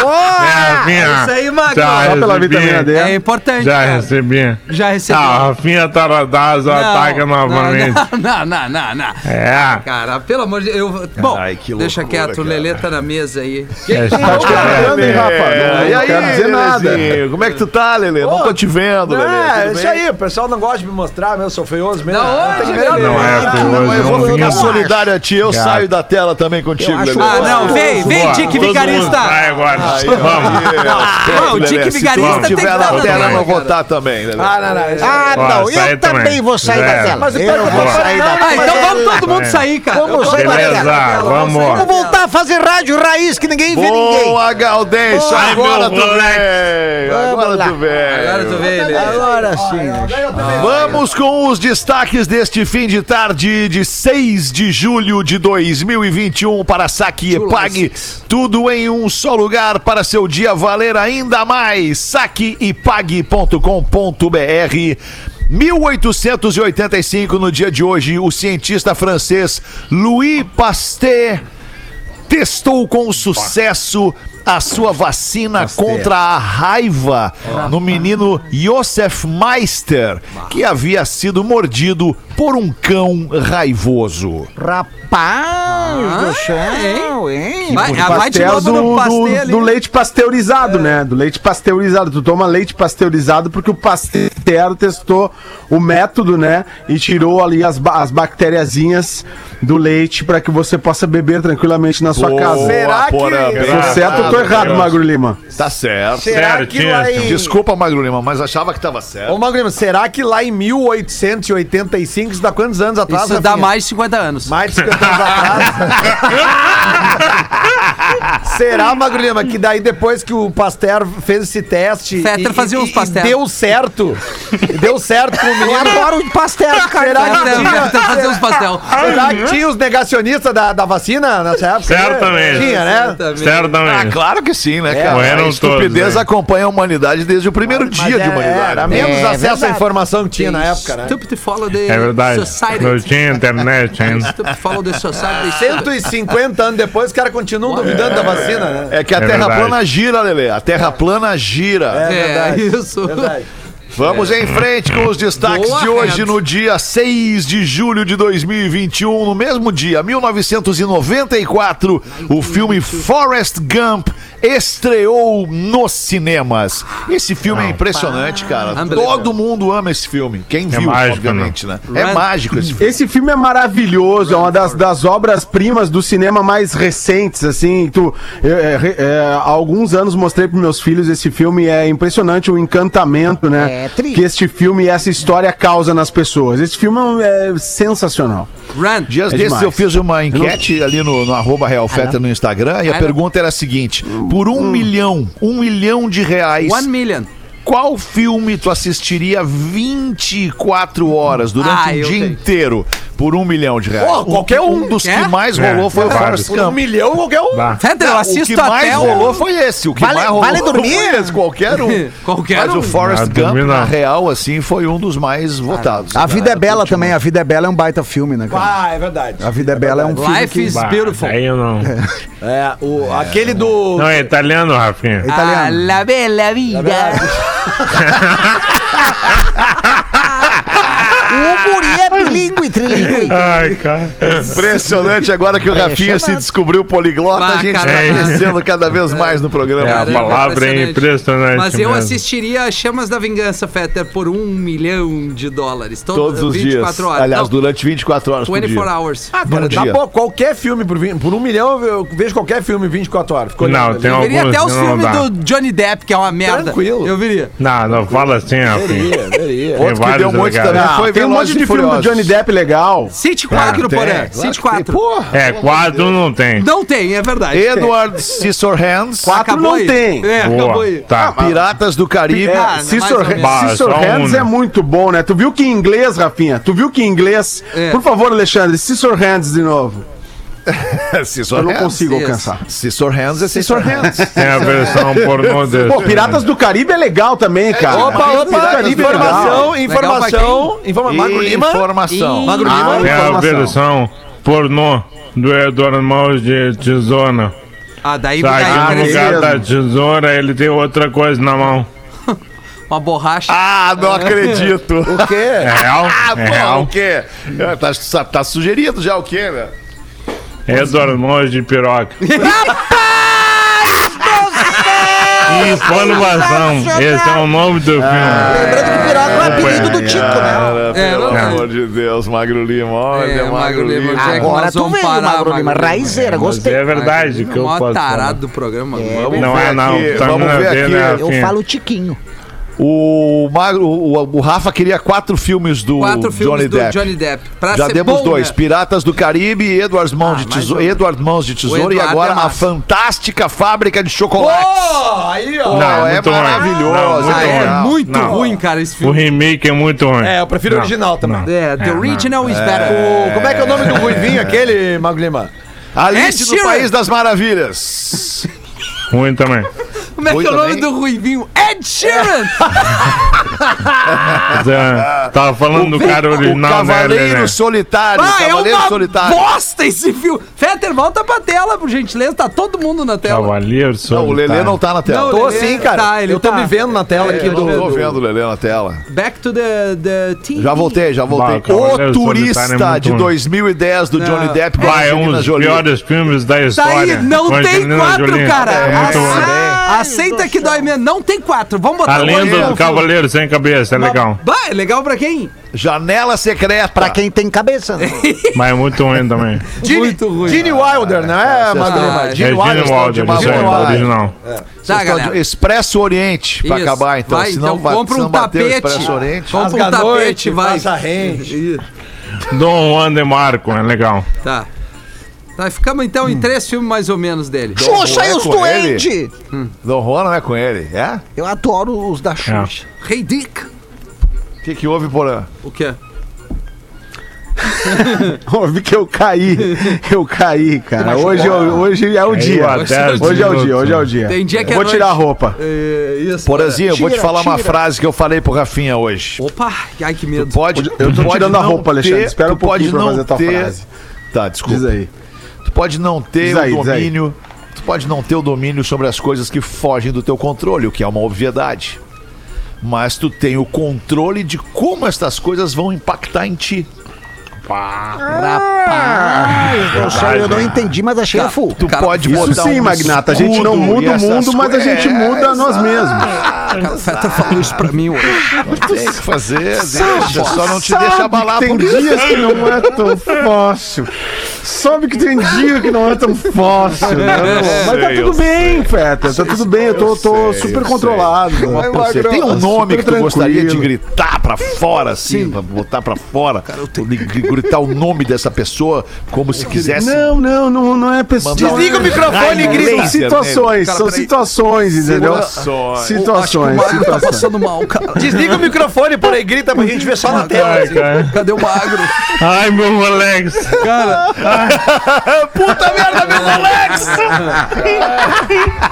[SPEAKER 6] Boa!
[SPEAKER 7] É, Rafinha.
[SPEAKER 4] isso aí, Magro.
[SPEAKER 7] Ah,
[SPEAKER 2] Só
[SPEAKER 7] Já
[SPEAKER 2] pela
[SPEAKER 7] recebi,
[SPEAKER 2] vitamina D.
[SPEAKER 4] É importante.
[SPEAKER 7] Já
[SPEAKER 4] cara.
[SPEAKER 7] recebi.
[SPEAKER 4] Já recebi.
[SPEAKER 7] Ah, Rafinha Taradaz ataca novamente.
[SPEAKER 4] Não, não, não, não.
[SPEAKER 7] É.
[SPEAKER 4] Cara, pelo amor de Deus. Bom,
[SPEAKER 3] Ai, que
[SPEAKER 4] deixa
[SPEAKER 3] loucura,
[SPEAKER 4] quieto, o Lelê tá na mesa aí.
[SPEAKER 7] É,
[SPEAKER 2] Tá te carregando, hein, Rafa? Não,
[SPEAKER 3] É, e
[SPEAKER 2] não
[SPEAKER 3] aí,
[SPEAKER 2] quero dizer nada.
[SPEAKER 3] Lelezinho, Como é que tu tá, Lelê? Não tô te vendo, Lelê.
[SPEAKER 8] É,
[SPEAKER 6] Ah,
[SPEAKER 3] Tudo
[SPEAKER 8] isso
[SPEAKER 3] bem?
[SPEAKER 8] aí, o pessoal não gosta de me mostrar, meu, sou feioso mesmo.
[SPEAKER 4] Da
[SPEAKER 8] Não,
[SPEAKER 4] onde,
[SPEAKER 8] tem
[SPEAKER 4] Lelê?
[SPEAKER 8] melhor
[SPEAKER 7] Não é,
[SPEAKER 8] nada.
[SPEAKER 7] feioso,
[SPEAKER 8] Mas
[SPEAKER 3] Eu
[SPEAKER 8] eu
[SPEAKER 3] vou
[SPEAKER 8] vou
[SPEAKER 3] ficar
[SPEAKER 8] dar uma-
[SPEAKER 3] solidário a ti, eu saio da tela também contigo,
[SPEAKER 8] acho
[SPEAKER 3] Lelê.
[SPEAKER 4] Ah, não, vem, vem,
[SPEAKER 7] Boa.
[SPEAKER 4] Dick
[SPEAKER 7] Todo mundo Sai
[SPEAKER 4] Vigarista.
[SPEAKER 7] agora.
[SPEAKER 3] Aí,
[SPEAKER 7] Vamos.
[SPEAKER 3] ó,
[SPEAKER 4] Não, o
[SPEAKER 3] Lelê,
[SPEAKER 4] Dick Vigarista
[SPEAKER 3] Se tu
[SPEAKER 4] tem que
[SPEAKER 3] tiver
[SPEAKER 4] dar
[SPEAKER 3] na
[SPEAKER 4] na
[SPEAKER 3] tela,
[SPEAKER 7] cara,
[SPEAKER 3] eu vou
[SPEAKER 4] cara.
[SPEAKER 3] votar também, Lelê.
[SPEAKER 8] Ah, não, não. isso-
[SPEAKER 6] Ah, não,
[SPEAKER 7] Ó, sai
[SPEAKER 6] eu também
[SPEAKER 7] também.
[SPEAKER 6] vou sair da
[SPEAKER 7] É.
[SPEAKER 6] tela.
[SPEAKER 7] Mas
[SPEAKER 8] o
[SPEAKER 6] eu
[SPEAKER 8] Pedro
[SPEAKER 6] vou
[SPEAKER 7] tá
[SPEAKER 6] sair da
[SPEAKER 4] Ah,
[SPEAKER 6] tela.
[SPEAKER 4] então vamos todo mundo
[SPEAKER 7] É.
[SPEAKER 4] sair, cara.
[SPEAKER 6] Vamos
[SPEAKER 4] Eu tô
[SPEAKER 6] sair da
[SPEAKER 4] saindo
[SPEAKER 6] tela.
[SPEAKER 4] tela,
[SPEAKER 7] Vamos.
[SPEAKER 4] sair da
[SPEAKER 6] Vamos
[SPEAKER 4] tela.
[SPEAKER 6] voltar a fazer rádio raiz que ninguém vê ninguém.
[SPEAKER 3] Boa, Galdês!
[SPEAKER 7] Ai,
[SPEAKER 3] Agora
[SPEAKER 7] meu
[SPEAKER 3] tu vem!
[SPEAKER 6] Vamos
[SPEAKER 3] Agora
[SPEAKER 6] lá.
[SPEAKER 3] tu
[SPEAKER 4] Agora tu
[SPEAKER 3] vem!
[SPEAKER 4] vê, Lelê.
[SPEAKER 6] Agora sim. né?
[SPEAKER 3] Vamos com os destaques deste fim de tarde de 6 de julho de 2021 para Saque e um. Pague. Tudo em um só lugar para seu dia valer ainda mais. saqueepague.com.br 1885, no dia de hoje, o cientista francês Louis Pasteur testou com sucesso a sua vacina contra a raiva no menino Josef Meister, que havia sido mordido por um cão raivoso.
[SPEAKER 6] Rapaz do
[SPEAKER 8] Ah, é,
[SPEAKER 6] céu, hein?
[SPEAKER 4] Vai, ah, vai de
[SPEAKER 2] Tipo,
[SPEAKER 4] novo
[SPEAKER 2] Pastel do,
[SPEAKER 4] no pastel
[SPEAKER 2] do,
[SPEAKER 4] ali.
[SPEAKER 8] né?
[SPEAKER 2] do leite
[SPEAKER 8] É.
[SPEAKER 2] pasteurizado, né? Do leite pasteurizado. Tu toma leite pasteurizado porque o Pasteur testou o método, né? E tirou ali as, ba- as bactériazinhas do leite pra que você possa beber tranquilamente na sua casa.
[SPEAKER 8] Será que-
[SPEAKER 2] Tô certo, eu tô errado, Magro Lima.
[SPEAKER 3] Tá certo.
[SPEAKER 8] Será que
[SPEAKER 7] Certinho,
[SPEAKER 8] lá em...
[SPEAKER 3] Desculpa, Magro Lima, mas achava que tava certo.
[SPEAKER 8] Ô, Magro Lima, será que lá em 1885, isso dá quantos anos atrás?
[SPEAKER 4] Isso dá
[SPEAKER 8] Rafinha?
[SPEAKER 4] mais de 50 anos.
[SPEAKER 8] Mais de 50 anos atrás. Será, Magro Lima, que daí depois que o Pasteur fez esse teste.
[SPEAKER 4] Fetter
[SPEAKER 8] e-
[SPEAKER 4] fazia
[SPEAKER 8] e-
[SPEAKER 4] uns
[SPEAKER 8] e
[SPEAKER 4] Pasteur.
[SPEAKER 8] Deu certo. Deu certo com o
[SPEAKER 6] Eu
[SPEAKER 8] menino.
[SPEAKER 6] adoro o pastel, cara.
[SPEAKER 2] tá
[SPEAKER 6] tá
[SPEAKER 8] Será que tinha-
[SPEAKER 4] Fetter fazia uns pastel.
[SPEAKER 8] Será que tinha os negacionistas da, da vacina nessa época?
[SPEAKER 7] Certamente.
[SPEAKER 8] Tinha,
[SPEAKER 2] é.
[SPEAKER 8] né?
[SPEAKER 3] Ah,
[SPEAKER 7] Certamente.
[SPEAKER 3] claro que sim, né, cara?
[SPEAKER 7] morreram
[SPEAKER 3] a estupidez
[SPEAKER 7] todos, né?
[SPEAKER 3] acompanha a humanidade desde o primeiro dia
[SPEAKER 8] Mas
[SPEAKER 3] de
[SPEAKER 8] é-
[SPEAKER 3] humanidade.
[SPEAKER 8] Era
[SPEAKER 3] né?
[SPEAKER 8] menos
[SPEAKER 6] É,
[SPEAKER 8] acesso à
[SPEAKER 6] verdade.
[SPEAKER 8] informação que tinha na época, né?
[SPEAKER 4] Stupid follow the
[SPEAKER 7] É verdade. Não
[SPEAKER 4] society.
[SPEAKER 7] tinha internet ainda.
[SPEAKER 4] Stupid follow the society.
[SPEAKER 8] 150 anos depois, os caras continuam duvidando da vacina, né?
[SPEAKER 3] É que a
[SPEAKER 7] É
[SPEAKER 3] Terra
[SPEAKER 7] verdade.
[SPEAKER 3] plana gira, Lele. A Terra plana gira.
[SPEAKER 4] É, isso.
[SPEAKER 3] Vamos em frente com os destaques
[SPEAKER 4] É. Boa,
[SPEAKER 3] de hoje,
[SPEAKER 4] Renato.
[SPEAKER 3] no dia 6 de julho de 2021. No mesmo dia, 1994, o filme Forrest Gump estreou nos cinemas. Esse filme é impressionante, cara.
[SPEAKER 4] Unbelievable.
[SPEAKER 3] Todo mundo ama esse filme. Quem viu,
[SPEAKER 7] mágico,
[SPEAKER 3] obviamente, né? É
[SPEAKER 4] Red-
[SPEAKER 3] mágico esse filme.
[SPEAKER 2] Esse filme é maravilhoso, é uma das, das obras-primas do cinema mais recentes, assim. Tu, eu, é, re- é, há alguns anos mostrei para meus filhos esse filme, é impressionante o encantamento, né?
[SPEAKER 6] É, tri.
[SPEAKER 2] que este filme e essa história causa nas pessoas. Esse filme é um- é, sensacional.
[SPEAKER 4] Rand.
[SPEAKER 3] Dias
[SPEAKER 2] É
[SPEAKER 3] desses
[SPEAKER 2] demais.
[SPEAKER 3] eu fiz uma enquete ali no, no arroba Real Feta no Instagram e a
[SPEAKER 4] Ah, não. Hum.
[SPEAKER 3] pergunta era a seguinte: por um milhão, um milhão de reais,
[SPEAKER 4] One million.
[SPEAKER 3] qual filme tu assistiria 24 horas durante
[SPEAKER 4] Ah,
[SPEAKER 3] o
[SPEAKER 4] eu
[SPEAKER 3] dia
[SPEAKER 4] tenho.
[SPEAKER 3] inteiro por um milhão de reais?
[SPEAKER 8] Pô, qualquer um.
[SPEAKER 3] dos
[SPEAKER 4] É?
[SPEAKER 3] que mais rolou
[SPEAKER 7] É,
[SPEAKER 3] foi o
[SPEAKER 7] claro.
[SPEAKER 3] Forrest
[SPEAKER 8] Um
[SPEAKER 3] Gump.
[SPEAKER 8] milhão, qualquer um.
[SPEAKER 7] Bah.
[SPEAKER 4] Fetter, eu
[SPEAKER 3] O que
[SPEAKER 4] assisto
[SPEAKER 3] mais
[SPEAKER 4] até
[SPEAKER 3] rolou
[SPEAKER 4] o...
[SPEAKER 3] foi esse. O que
[SPEAKER 6] Vale-
[SPEAKER 3] mais rolou
[SPEAKER 6] vale dormir?
[SPEAKER 3] foi esse. Qualquer um.
[SPEAKER 4] Qualquer
[SPEAKER 3] Mas
[SPEAKER 4] um. Ah,
[SPEAKER 3] o Forrest
[SPEAKER 7] Ah,
[SPEAKER 3] Gump,
[SPEAKER 7] dormir
[SPEAKER 3] na
[SPEAKER 7] não.
[SPEAKER 3] real, assim, foi um dos mais votados.
[SPEAKER 6] A Vida é Bela também. A Vida é Bela é um baita filme, né, cara?
[SPEAKER 8] Ah, é verdade.
[SPEAKER 6] A Vida é Bela é um filme
[SPEAKER 4] Life
[SPEAKER 6] que...
[SPEAKER 4] is
[SPEAKER 7] Bah,
[SPEAKER 4] beautiful.
[SPEAKER 7] Aí eu não.
[SPEAKER 8] É, o, aquele do.
[SPEAKER 7] Não, é italiano, Rafinha.
[SPEAKER 4] Ah, la bella vida.
[SPEAKER 6] O guri é bilingue, trilingue.
[SPEAKER 7] Ai, cara.
[SPEAKER 3] Impressionante agora que o Rafinha se descobriu poliglota,
[SPEAKER 4] É Ah,
[SPEAKER 3] a gente
[SPEAKER 4] cara.
[SPEAKER 3] tá crescendo cada vez mais no programa.
[SPEAKER 7] É, a
[SPEAKER 4] Cara,
[SPEAKER 7] palavra é impressionante
[SPEAKER 4] Mas eu
[SPEAKER 7] mesmo.
[SPEAKER 4] assistiria Chamas da Vingança, Fetter, por um milhão de dólares. Todo,
[SPEAKER 3] Todos os dias.
[SPEAKER 4] horas.
[SPEAKER 3] Aliás,
[SPEAKER 4] Não,
[SPEAKER 3] durante 24 horas por
[SPEAKER 4] 24
[SPEAKER 3] dia.
[SPEAKER 4] hours.
[SPEAKER 3] Num
[SPEAKER 8] Cara,
[SPEAKER 2] Ah,
[SPEAKER 8] tá
[SPEAKER 3] dia.
[SPEAKER 8] bom, qualquer filme por, vin- por um milhão, eu vejo qualquer filme 24 horas. Ficou
[SPEAKER 7] Não, tem
[SPEAKER 4] Eu veria
[SPEAKER 7] alguns
[SPEAKER 4] até os
[SPEAKER 7] que não
[SPEAKER 4] filmes
[SPEAKER 7] dá.
[SPEAKER 4] do Johnny Depp, que é uma merda.
[SPEAKER 8] Tranquilo.
[SPEAKER 4] Eu viria.
[SPEAKER 7] Não, não fala assim, Rafinha.
[SPEAKER 2] um-
[SPEAKER 8] Veria, veria.
[SPEAKER 7] Tem
[SPEAKER 3] que deu
[SPEAKER 7] vários
[SPEAKER 3] muito
[SPEAKER 7] lugares.
[SPEAKER 3] também. Foi
[SPEAKER 2] Tem um
[SPEAKER 3] Velozes
[SPEAKER 2] monte de
[SPEAKER 3] e
[SPEAKER 2] filme do
[SPEAKER 3] Furiosos.
[SPEAKER 2] Johnny Depp legal.
[SPEAKER 4] City 4,
[SPEAKER 7] tem,
[SPEAKER 4] porém.
[SPEAKER 7] claro
[SPEAKER 4] City 4.
[SPEAKER 7] É, quatro não tem.
[SPEAKER 4] Não tem, é verdade.
[SPEAKER 3] Edward Scissorhands,
[SPEAKER 2] Quatro não
[SPEAKER 4] aí.
[SPEAKER 2] tem.
[SPEAKER 4] É, acabou aí.
[SPEAKER 7] Boa,
[SPEAKER 3] Ah,
[SPEAKER 2] Ah,
[SPEAKER 7] tá.
[SPEAKER 3] Piratas do Caribe.
[SPEAKER 4] Ah,
[SPEAKER 2] É,
[SPEAKER 4] mais
[SPEAKER 2] Cicero
[SPEAKER 4] ou menos.
[SPEAKER 2] Cicero
[SPEAKER 7] Bah, só
[SPEAKER 2] Hands
[SPEAKER 7] um, né?
[SPEAKER 2] é muito bom, né? Tu viu que em inglês, Rafinha? Tu viu que em inglês.
[SPEAKER 4] É.
[SPEAKER 2] Por favor, Alexandre, Cicero Hands de novo. Eu não
[SPEAKER 3] Scissorhands.
[SPEAKER 2] consigo
[SPEAKER 4] isso.
[SPEAKER 2] alcançar.
[SPEAKER 3] Scissorhands é Scissorhands.
[SPEAKER 7] Tem a versão pornô desse.
[SPEAKER 2] Pô, Piratas do Caribe é legal também,
[SPEAKER 3] Ah,
[SPEAKER 2] cara.
[SPEAKER 8] Opa,
[SPEAKER 2] Piratas
[SPEAKER 8] opa,
[SPEAKER 2] do Caribe é legal.
[SPEAKER 8] informação,
[SPEAKER 4] Legal
[SPEAKER 8] informação, informação. Magro Lima.
[SPEAKER 3] Informação.
[SPEAKER 2] Ah,
[SPEAKER 8] Magro Lima.
[SPEAKER 7] É a
[SPEAKER 2] Informação.
[SPEAKER 7] versão pornô do Eduardo Mãos de Tesoura.
[SPEAKER 4] Ah, daí,
[SPEAKER 7] Tá
[SPEAKER 4] daí
[SPEAKER 7] aqui no
[SPEAKER 4] apareceu
[SPEAKER 7] lugar
[SPEAKER 2] mesmo.
[SPEAKER 7] da tesoura, ele tem outra coisa na mão.
[SPEAKER 4] uma borracha.
[SPEAKER 3] Ah, não acredito.
[SPEAKER 8] O quê?
[SPEAKER 7] É real?
[SPEAKER 3] Ah,
[SPEAKER 7] É
[SPEAKER 3] pô,
[SPEAKER 7] real?
[SPEAKER 3] o quê? É, Tá, sa- tá sugerido já o quê, né?
[SPEAKER 4] é.
[SPEAKER 7] Redormões de piroca.
[SPEAKER 4] Ah,
[SPEAKER 7] Informação. Esse é o nome do filme.
[SPEAKER 4] Ah,
[SPEAKER 6] Lembrando que piroca é um apelido do
[SPEAKER 7] Ué,
[SPEAKER 6] Tico, né?
[SPEAKER 3] Cara,
[SPEAKER 4] É,
[SPEAKER 3] pelo
[SPEAKER 4] não-
[SPEAKER 3] amor de Deus, Magro Lima, olha,
[SPEAKER 4] É,
[SPEAKER 3] Magro,
[SPEAKER 4] Magro
[SPEAKER 3] Lima.
[SPEAKER 4] Lima,
[SPEAKER 3] Ah,
[SPEAKER 4] Jack.
[SPEAKER 6] Agora
[SPEAKER 4] nós
[SPEAKER 6] tu
[SPEAKER 4] vamos
[SPEAKER 6] veio,
[SPEAKER 4] parar,
[SPEAKER 6] Magro Lima.
[SPEAKER 4] Magro Lima.
[SPEAKER 6] Raizeira,
[SPEAKER 7] Mas
[SPEAKER 6] gostei.
[SPEAKER 7] é verdade que eu
[SPEAKER 4] Mó
[SPEAKER 7] posso falar.
[SPEAKER 4] tarado do programa. mano.
[SPEAKER 3] vamos
[SPEAKER 7] Não
[SPEAKER 3] ver
[SPEAKER 7] é não,
[SPEAKER 3] aqui,
[SPEAKER 7] tá
[SPEAKER 3] vamos
[SPEAKER 7] na
[SPEAKER 3] ver
[SPEAKER 7] ver,
[SPEAKER 3] aqui.
[SPEAKER 7] né?
[SPEAKER 6] Eu
[SPEAKER 7] Sim.
[SPEAKER 6] falo Tiquinho.
[SPEAKER 3] O, Magro, o, o Rafa queria quatro filmes do
[SPEAKER 4] Quatro filmes
[SPEAKER 3] Johnny
[SPEAKER 4] do
[SPEAKER 3] Depp.
[SPEAKER 4] Johnny Depp. Pra
[SPEAKER 3] Já
[SPEAKER 4] ser
[SPEAKER 3] demos
[SPEAKER 4] bom,
[SPEAKER 3] dois,
[SPEAKER 4] né?
[SPEAKER 3] Piratas do Caribe e Edward Mãos de
[SPEAKER 4] mais
[SPEAKER 3] Tesoura,
[SPEAKER 4] ou menos.
[SPEAKER 3] Edward Mãos de Tesoura e
[SPEAKER 4] Edward
[SPEAKER 3] agora
[SPEAKER 4] é
[SPEAKER 3] a
[SPEAKER 4] massa.
[SPEAKER 3] fantástica fábrica de chocolate.
[SPEAKER 8] Ó, aí, ó.
[SPEAKER 7] Não,
[SPEAKER 3] é
[SPEAKER 7] muito ruim.
[SPEAKER 3] maravilhoso,
[SPEAKER 7] Não, muito
[SPEAKER 4] Ah, é
[SPEAKER 7] ruim.
[SPEAKER 4] muito
[SPEAKER 7] Não.
[SPEAKER 4] ruim, cara, esse
[SPEAKER 7] O
[SPEAKER 4] filme.
[SPEAKER 7] remake é muito ruim.
[SPEAKER 8] É, eu prefiro o
[SPEAKER 7] Não,
[SPEAKER 8] original também.
[SPEAKER 7] não.
[SPEAKER 4] É, The Original is better.
[SPEAKER 8] O- como é que é o nome do ruivinho aquele, Magro Lima?
[SPEAKER 3] Alice
[SPEAKER 4] Ed
[SPEAKER 3] do
[SPEAKER 4] Sheeran.
[SPEAKER 3] País das Maravilhas.
[SPEAKER 7] Ruim também.
[SPEAKER 4] Como é que é o nome
[SPEAKER 3] também.
[SPEAKER 4] do Ruivinho? Ed Sheeran!
[SPEAKER 7] Zé, é, Tava falando do cara
[SPEAKER 3] o
[SPEAKER 7] original, né?
[SPEAKER 3] Cavaleiro
[SPEAKER 7] Lelê?
[SPEAKER 3] Solitário.
[SPEAKER 4] Ah, é
[SPEAKER 3] Cavaleiro
[SPEAKER 4] uma
[SPEAKER 3] Solitário.
[SPEAKER 4] bosta esse filme! Fetter, volta pra tela, por gentileza. Tá todo mundo na tela.
[SPEAKER 7] Cavaleiro Solitário.
[SPEAKER 3] Não, o Lelê não tá na tela.
[SPEAKER 4] Não,
[SPEAKER 8] Tô
[SPEAKER 4] Ele
[SPEAKER 8] sim, cara.
[SPEAKER 4] tá, ele
[SPEAKER 8] eu tô
[SPEAKER 4] tá.
[SPEAKER 8] me vendo na tela aqui
[SPEAKER 3] eu
[SPEAKER 8] do.
[SPEAKER 3] não tô
[SPEAKER 8] do-
[SPEAKER 3] vendo o Lelê na tela.
[SPEAKER 4] Back to the, the TV.
[SPEAKER 3] Já voltei, já voltei.
[SPEAKER 7] Bah, Cavaleiro
[SPEAKER 3] o
[SPEAKER 7] Solitário
[SPEAKER 3] Turista
[SPEAKER 7] é muito
[SPEAKER 3] de
[SPEAKER 7] ruim.
[SPEAKER 3] 2010 do
[SPEAKER 4] Não.
[SPEAKER 3] Johnny Depp. com a
[SPEAKER 7] Bah, é um
[SPEAKER 3] Angelina
[SPEAKER 7] dos
[SPEAKER 3] Jolie.
[SPEAKER 7] piores filmes da
[SPEAKER 4] Tá
[SPEAKER 7] história.
[SPEAKER 4] aí, não
[SPEAKER 7] Com a
[SPEAKER 4] tem
[SPEAKER 7] Angelina
[SPEAKER 4] quatro,
[SPEAKER 7] Jolie.
[SPEAKER 4] cara.
[SPEAKER 7] É muito
[SPEAKER 4] Ace-
[SPEAKER 7] ruim.
[SPEAKER 4] Aceita que dói mesmo. Não tem quatro. Vamos
[SPEAKER 2] Tá
[SPEAKER 4] botar
[SPEAKER 7] A lenda do Cavaleiro Sem Cabeça, é legal.
[SPEAKER 4] Vai, legal pra quem?
[SPEAKER 3] Janela secreta.
[SPEAKER 6] Pra quem tem cabeça, né?
[SPEAKER 7] Mas é muito ruim também.
[SPEAKER 8] Gene-
[SPEAKER 4] Muito ruim.
[SPEAKER 3] Ah,
[SPEAKER 8] Gene Wilder, não é, Magro Lima?
[SPEAKER 4] é
[SPEAKER 7] É Gene Wilder,
[SPEAKER 3] mal,
[SPEAKER 7] isso aí,
[SPEAKER 3] Gene Ah, Wilder.
[SPEAKER 7] original.
[SPEAKER 4] Tá, galera.
[SPEAKER 3] Expresso Oriente, pra
[SPEAKER 4] Isso.
[SPEAKER 3] acabar então.
[SPEAKER 4] Vai,
[SPEAKER 3] senão
[SPEAKER 4] então
[SPEAKER 3] vai,
[SPEAKER 4] compra
[SPEAKER 3] senão
[SPEAKER 4] um
[SPEAKER 3] bateu o
[SPEAKER 4] tapete.
[SPEAKER 3] Expresso Oriente.
[SPEAKER 4] Compra um
[SPEAKER 8] Rasga a
[SPEAKER 4] tapete,
[SPEAKER 8] noite,
[SPEAKER 4] vai.
[SPEAKER 8] passa rente.
[SPEAKER 4] Ih,
[SPEAKER 7] Dom Juan de Marco, é legal.
[SPEAKER 4] Tá. Tá, ficamos então
[SPEAKER 2] Hum.
[SPEAKER 4] em três filmes mais ou menos dele.
[SPEAKER 6] Xuxa e os
[SPEAKER 3] com ele?
[SPEAKER 6] doentes!
[SPEAKER 3] Dom Juan não é com ele, é?
[SPEAKER 6] Eu adoro os da Xuxa.
[SPEAKER 4] Rei Dick.
[SPEAKER 3] O que, que houve, Porã?
[SPEAKER 4] O quê?
[SPEAKER 2] Ouvi que eu caí. Eu caí, cara. Hoje, eu- hoje é o
[SPEAKER 7] Aí,
[SPEAKER 2] dia.
[SPEAKER 7] ó, dez
[SPEAKER 2] Hoje é o dia,
[SPEAKER 7] minutos.
[SPEAKER 2] hoje é o dia.
[SPEAKER 4] Tem dia que
[SPEAKER 2] Eu
[SPEAKER 4] é
[SPEAKER 2] Vou
[SPEAKER 4] noite.
[SPEAKER 2] tirar a roupa.
[SPEAKER 4] É, isso.
[SPEAKER 3] Porãzinho, eu vou te
[SPEAKER 6] Tira,
[SPEAKER 3] falar uma
[SPEAKER 6] tira.
[SPEAKER 3] frase que eu falei pro Rafinha hoje.
[SPEAKER 4] Opa, ai que medo.
[SPEAKER 3] Pode,
[SPEAKER 2] Eu tô
[SPEAKER 3] pode
[SPEAKER 2] tirando a
[SPEAKER 3] não
[SPEAKER 2] roupa, Alexandre.
[SPEAKER 3] ter-
[SPEAKER 2] Espera um
[SPEAKER 3] tu pode
[SPEAKER 2] pouquinho pra
[SPEAKER 3] não
[SPEAKER 2] fazer a tua
[SPEAKER 3] ter-
[SPEAKER 2] frase.
[SPEAKER 3] Tá, desculpa.
[SPEAKER 2] Diz aí.
[SPEAKER 3] Tu pode não ter
[SPEAKER 2] Diz aí,
[SPEAKER 3] o
[SPEAKER 2] diz aí.
[SPEAKER 3] domínio. Tu pode não ter o domínio sobre as coisas que fogem do teu controle, o que é uma obviedade. Mas tu tem o controle de como estas coisas vão impactar em ti.
[SPEAKER 6] Eu, só, eu não entendi, mas achei
[SPEAKER 4] Tá.
[SPEAKER 6] full.
[SPEAKER 3] Tu
[SPEAKER 4] Cara,
[SPEAKER 3] pode
[SPEAKER 2] Isso
[SPEAKER 3] botar
[SPEAKER 2] sim,
[SPEAKER 3] um
[SPEAKER 2] Magnata. A gente não
[SPEAKER 3] escudo e
[SPEAKER 2] muda o
[SPEAKER 3] essas
[SPEAKER 2] mundo, mas a
[SPEAKER 3] coisas.
[SPEAKER 2] gente muda nós mesmos.
[SPEAKER 4] Cara, o Fetter falou isso pra mim hoje.
[SPEAKER 3] Tem que fazer, deixa, só não te deixa abalar
[SPEAKER 2] Tem
[SPEAKER 3] por
[SPEAKER 2] dias que não é tão fácil. Sabe que tem dia que não é tão fácil, né?
[SPEAKER 4] É,
[SPEAKER 2] Mas tá
[SPEAKER 3] sei, eu
[SPEAKER 2] tudo bem, Feta. Tá tudo bem. Eu tô, tô
[SPEAKER 3] sei,
[SPEAKER 2] super
[SPEAKER 3] eu
[SPEAKER 2] controlado.
[SPEAKER 3] Mas você tem um nome que tu gostaria de gritar pra fora, assim, pra botar pra fora, de gr- gritar o nome dessa pessoa como se quisesse.
[SPEAKER 2] Não, não, não, não é pessoa.
[SPEAKER 3] Mandar um- né? Desliga o
[SPEAKER 2] microfone
[SPEAKER 3] e grita.
[SPEAKER 2] São situações,
[SPEAKER 4] Cara,
[SPEAKER 2] são
[SPEAKER 4] peraí.
[SPEAKER 2] situações, entendeu?
[SPEAKER 3] Situações.
[SPEAKER 2] Situações,
[SPEAKER 4] Magro tá
[SPEAKER 2] situações.
[SPEAKER 4] passando mal, cara.
[SPEAKER 8] Desliga o microfone por aí, grita pra gente ver só na tela.
[SPEAKER 4] assim.
[SPEAKER 7] Ai, cara.
[SPEAKER 4] Cadê o Magro?
[SPEAKER 7] Ai, meu Alex.
[SPEAKER 4] Cara,
[SPEAKER 3] Puta merda, meu Alex!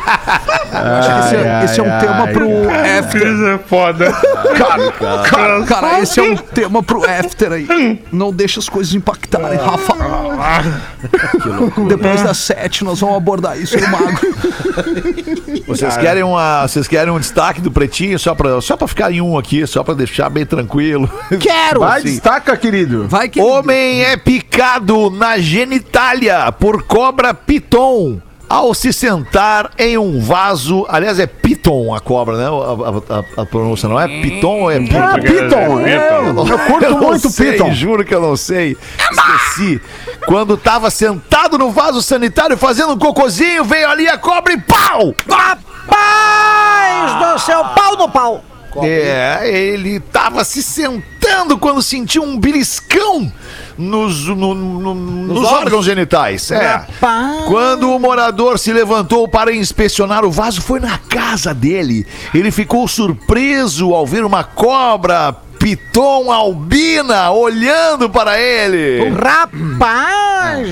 [SPEAKER 4] esse, é- esse é um tema pro After.
[SPEAKER 7] Isso é foda.
[SPEAKER 4] Cara, esse é um tema pro After aí. Não deixa as coisas impactarem,
[SPEAKER 7] Ah.
[SPEAKER 4] Rafa. Depois das sete, nós vamos abordar isso no Magro.
[SPEAKER 3] Vocês querem, uma, vocês querem um destaque do pretinho só pra, só pra ficar em um aqui, só pra deixar bem tranquilo.
[SPEAKER 6] Quero!
[SPEAKER 2] Vai,
[SPEAKER 3] Sim.
[SPEAKER 2] destaca, assim, querido.
[SPEAKER 4] Vai que.
[SPEAKER 3] Homem é picado na genitália por cobra piton ao se sentar em um vaso. Aliás, é piton a cobra, né? A, a- a- a pronúncia não é piton ou é
[SPEAKER 2] Ah,
[SPEAKER 3] piton?
[SPEAKER 2] Piton,
[SPEAKER 7] É,
[SPEAKER 2] eu, eu curto
[SPEAKER 3] não
[SPEAKER 2] muito
[SPEAKER 3] sei,
[SPEAKER 2] Piton.
[SPEAKER 3] Juro que eu não sei. Esqueci. Quando tava sentado no vaso sanitário fazendo um cocôzinho, veio ali a cobra e pau!
[SPEAKER 6] Rapaz do céu, pau no pau!
[SPEAKER 3] É, ele tava se sentando quando sentiu um beliscão nos, no- no- nos órgãos genitais. É.
[SPEAKER 6] Rapaz.
[SPEAKER 3] Quando o morador se levantou para inspecionar o vaso, foi na casa dele. Ele ficou surpreso ao ver uma cobra piton albina olhando para ele.
[SPEAKER 6] Rapaz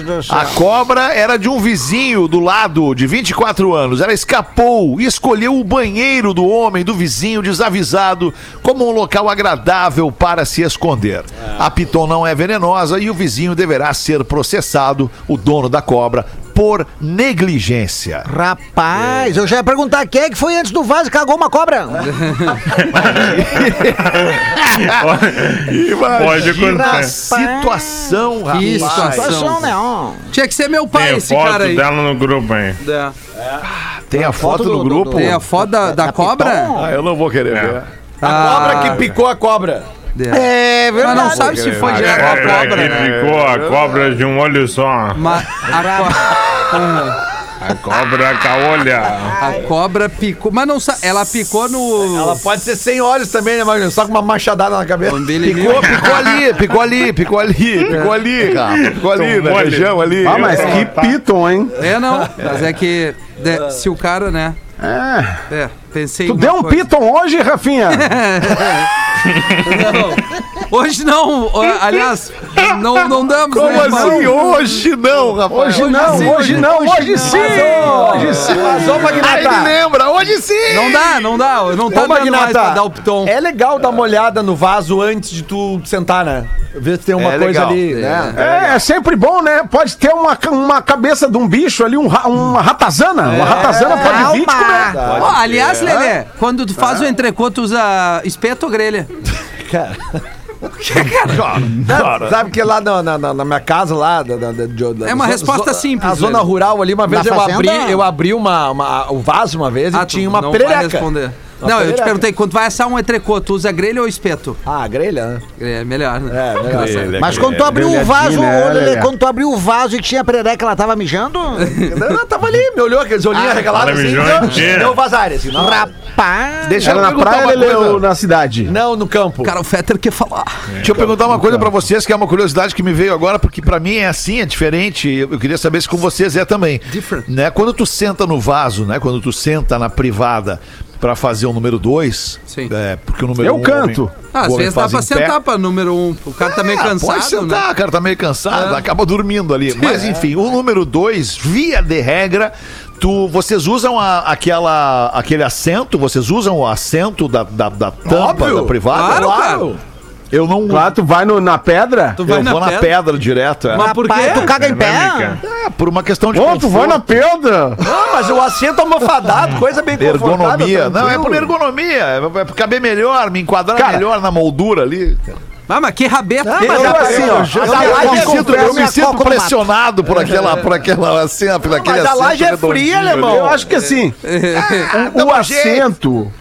[SPEAKER 6] do céu!
[SPEAKER 3] A cobra era de um vizinho do lado, de 24 anos. Ela escapou e escolheu o banheiro do homem, do vizinho desavisado, como um local agradável para se esconder. A piton não é venenosa e o vizinho deverá ser processado, o dono da cobra, por negligência.
[SPEAKER 6] Rapaz, eu já ia perguntar quem é que foi antes do vaso e cagou uma cobra.
[SPEAKER 7] Pode
[SPEAKER 3] Imagina a
[SPEAKER 7] acontecer.
[SPEAKER 3] situação,
[SPEAKER 4] Que
[SPEAKER 3] rapaz.
[SPEAKER 4] situação.
[SPEAKER 6] Situação, né? ó.
[SPEAKER 4] Tinha que ser meu pai,
[SPEAKER 7] Tem
[SPEAKER 4] esse
[SPEAKER 7] foto
[SPEAKER 4] cara aí.
[SPEAKER 7] dela no grupo aí.
[SPEAKER 4] É.
[SPEAKER 3] Tem a foto do grupo?
[SPEAKER 4] Tem a foto da, da cobra?
[SPEAKER 3] Ah, eu não vou querer
[SPEAKER 7] É.
[SPEAKER 3] ver. Ah.
[SPEAKER 8] Cobra que picou a cobra.
[SPEAKER 6] É
[SPEAKER 4] Mas
[SPEAKER 6] verdade.
[SPEAKER 4] não sabe se foi direto
[SPEAKER 7] É,
[SPEAKER 4] a cobra, né?
[SPEAKER 7] que ficou a cobra de um olho só.
[SPEAKER 4] Mas a, co-
[SPEAKER 7] A cobra com a olha.
[SPEAKER 4] a cobra picou. Mas não sabe. Ela picou no.
[SPEAKER 8] Ela pode ser sem olhos também, né, Magno? Só com uma machadada na cabeça.
[SPEAKER 4] Quando ele
[SPEAKER 3] Picou, picou ali, picou ali, picou ali, picou ali, cara. Ficou ali,
[SPEAKER 7] Tomou
[SPEAKER 8] né,
[SPEAKER 3] na
[SPEAKER 7] ali.
[SPEAKER 3] região ali.
[SPEAKER 2] Ah, mas que piton, hein?
[SPEAKER 4] É, não. Mas é que de- se o cara, né?
[SPEAKER 2] É.
[SPEAKER 4] É, pensei.
[SPEAKER 2] Tu
[SPEAKER 4] em
[SPEAKER 2] deu
[SPEAKER 4] uma
[SPEAKER 2] um
[SPEAKER 4] coisa.
[SPEAKER 2] piton hoje, Rafinha?
[SPEAKER 4] Não. Hoje não. ó, Aliás, não, não damos,
[SPEAKER 3] Como
[SPEAKER 4] né? irmão?
[SPEAKER 3] assim? Hoje não, rapaz.
[SPEAKER 2] Hoje não,
[SPEAKER 4] sim,
[SPEAKER 2] hoje
[SPEAKER 4] hoje
[SPEAKER 2] não, hoje sim! Hoje sim!
[SPEAKER 8] Mas, ô,
[SPEAKER 3] Aí
[SPEAKER 8] Magnata,
[SPEAKER 3] ele lembra, hoje sim!
[SPEAKER 4] Não dá, não dá. Não tá
[SPEAKER 8] Ô,
[SPEAKER 4] dando mais pra
[SPEAKER 8] Magnata,
[SPEAKER 4] dar o piton.
[SPEAKER 8] é legal dar uma olhada no vaso antes de tu sentar, né? Ver se tem uma
[SPEAKER 3] É
[SPEAKER 8] coisa
[SPEAKER 3] legal.
[SPEAKER 8] ali,
[SPEAKER 4] É.
[SPEAKER 8] né?
[SPEAKER 2] É, é sempre bom, né? Pode ter uma, ca- uma cabeça de um bicho ali, um ra- uma ratazana.
[SPEAKER 8] É.
[SPEAKER 2] Uma ratazana pode vir e te comer.
[SPEAKER 4] Ó, aliás, Lelê, quando tu
[SPEAKER 8] Ah.
[SPEAKER 4] faz o entrecô, tu usa espeto ou grelha?
[SPEAKER 8] Sabe- Sabe que lá na, na- na- na minha casa, lá... da- da- da- de- da-
[SPEAKER 4] É uma
[SPEAKER 8] zo-
[SPEAKER 4] resposta
[SPEAKER 8] zo-
[SPEAKER 4] simples,
[SPEAKER 8] A zona
[SPEAKER 4] velho.
[SPEAKER 8] rural ali, uma vez
[SPEAKER 6] Na
[SPEAKER 8] eu abri,
[SPEAKER 6] fazenda?
[SPEAKER 8] eu abri uma, uma- o vaso uma vez e
[SPEAKER 4] Ah, tu
[SPEAKER 8] tinha uma
[SPEAKER 4] não
[SPEAKER 8] perereca.
[SPEAKER 4] vai responder.
[SPEAKER 8] Uma
[SPEAKER 4] não, eu te
[SPEAKER 8] perereca.
[SPEAKER 4] perguntei, quando tu vai assar um entrecô, tu usa grelha ou espeto?
[SPEAKER 8] Ah, grelha, né?
[SPEAKER 4] É melhor, né?
[SPEAKER 8] É, melhor.
[SPEAKER 6] Mas quando tu abriu o vaso, ô, Lelê, quando tu abriu o vaso e tinha perereca, ela tava mijando?
[SPEAKER 8] Ela tava ali, me olhou, aqueles olhinhos arregalados
[SPEAKER 7] ela
[SPEAKER 8] assim,
[SPEAKER 7] mijou
[SPEAKER 8] deu,
[SPEAKER 7] inteira.
[SPEAKER 8] deu vazare, assim. não.
[SPEAKER 6] Rapaz!
[SPEAKER 3] Deixa
[SPEAKER 2] Era
[SPEAKER 3] eu
[SPEAKER 2] na
[SPEAKER 3] perguntar
[SPEAKER 2] praia
[SPEAKER 3] uma
[SPEAKER 2] Lelê,
[SPEAKER 3] coisa.
[SPEAKER 2] ou na cidade?
[SPEAKER 8] Não, no campo.
[SPEAKER 4] Cara, o Fetter quer falar.
[SPEAKER 3] Deixa eu perguntar uma coisa pra vocês, que é uma curiosidade que me veio agora, porque pra mim é assim, é diferente. Eu eu queria saber se com vocês é também.
[SPEAKER 4] Different.
[SPEAKER 3] Né? Quando tu senta no vaso, né? Quando tu senta na privada pra fazer o número 2,
[SPEAKER 4] Sim.
[SPEAKER 3] é, porque o número
[SPEAKER 2] Eu
[SPEAKER 3] um, o
[SPEAKER 2] canto.
[SPEAKER 3] homem-
[SPEAKER 4] Ah,
[SPEAKER 3] o
[SPEAKER 4] às
[SPEAKER 3] homem
[SPEAKER 4] vezes dá
[SPEAKER 3] faz
[SPEAKER 4] pra
[SPEAKER 3] em pé.
[SPEAKER 4] sentar pra número um. O cara tá meio
[SPEAKER 3] Ah,
[SPEAKER 4] cansado,
[SPEAKER 3] Pode sentar,
[SPEAKER 4] né? Ah. é.
[SPEAKER 3] o cara tá meio cansado, acaba dormindo ali. Mas enfim, o número 2, via de regra, tu, vocês usam a- aquela, aquele assento, vocês usam o assento da, da, da tampa
[SPEAKER 8] Óbvio,
[SPEAKER 3] da privada?
[SPEAKER 4] Claro, cara.
[SPEAKER 3] Eu não
[SPEAKER 2] Lá tu vai no- na pedra?
[SPEAKER 4] Tu
[SPEAKER 3] eu
[SPEAKER 4] vai
[SPEAKER 3] vou na pedra, direto, é.
[SPEAKER 4] Mas por quê?
[SPEAKER 6] Rapaz, tu caga em pé?
[SPEAKER 7] Dinâmica.
[SPEAKER 3] É, por uma questão de
[SPEAKER 2] Ô, tu vai na pedra?
[SPEAKER 8] Ah, mas o assento almofadado, coisa bem
[SPEAKER 3] ergonomia.
[SPEAKER 8] confortável,
[SPEAKER 3] Não, é por
[SPEAKER 8] tranquilo.
[SPEAKER 3] ergonomia. É pra caber melhor, me enquadrar
[SPEAKER 2] Cara,
[SPEAKER 3] melhor na moldura ali.
[SPEAKER 4] Ah, mas que rabeta.
[SPEAKER 2] Eu, assim, ó,
[SPEAKER 3] Eu,
[SPEAKER 2] a
[SPEAKER 3] eu me
[SPEAKER 2] laje
[SPEAKER 3] sinto,
[SPEAKER 2] confesso-
[SPEAKER 3] eu me sinto pressionado por
[SPEAKER 2] É.
[SPEAKER 3] aquela, por aquela, assim, por aquele
[SPEAKER 8] Mas a laje é
[SPEAKER 3] assento
[SPEAKER 8] fria,
[SPEAKER 3] redondinho ali.
[SPEAKER 8] alemão.
[SPEAKER 2] né,
[SPEAKER 8] É.
[SPEAKER 2] Eu acho que assim, o, o
[SPEAKER 3] um
[SPEAKER 2] assento.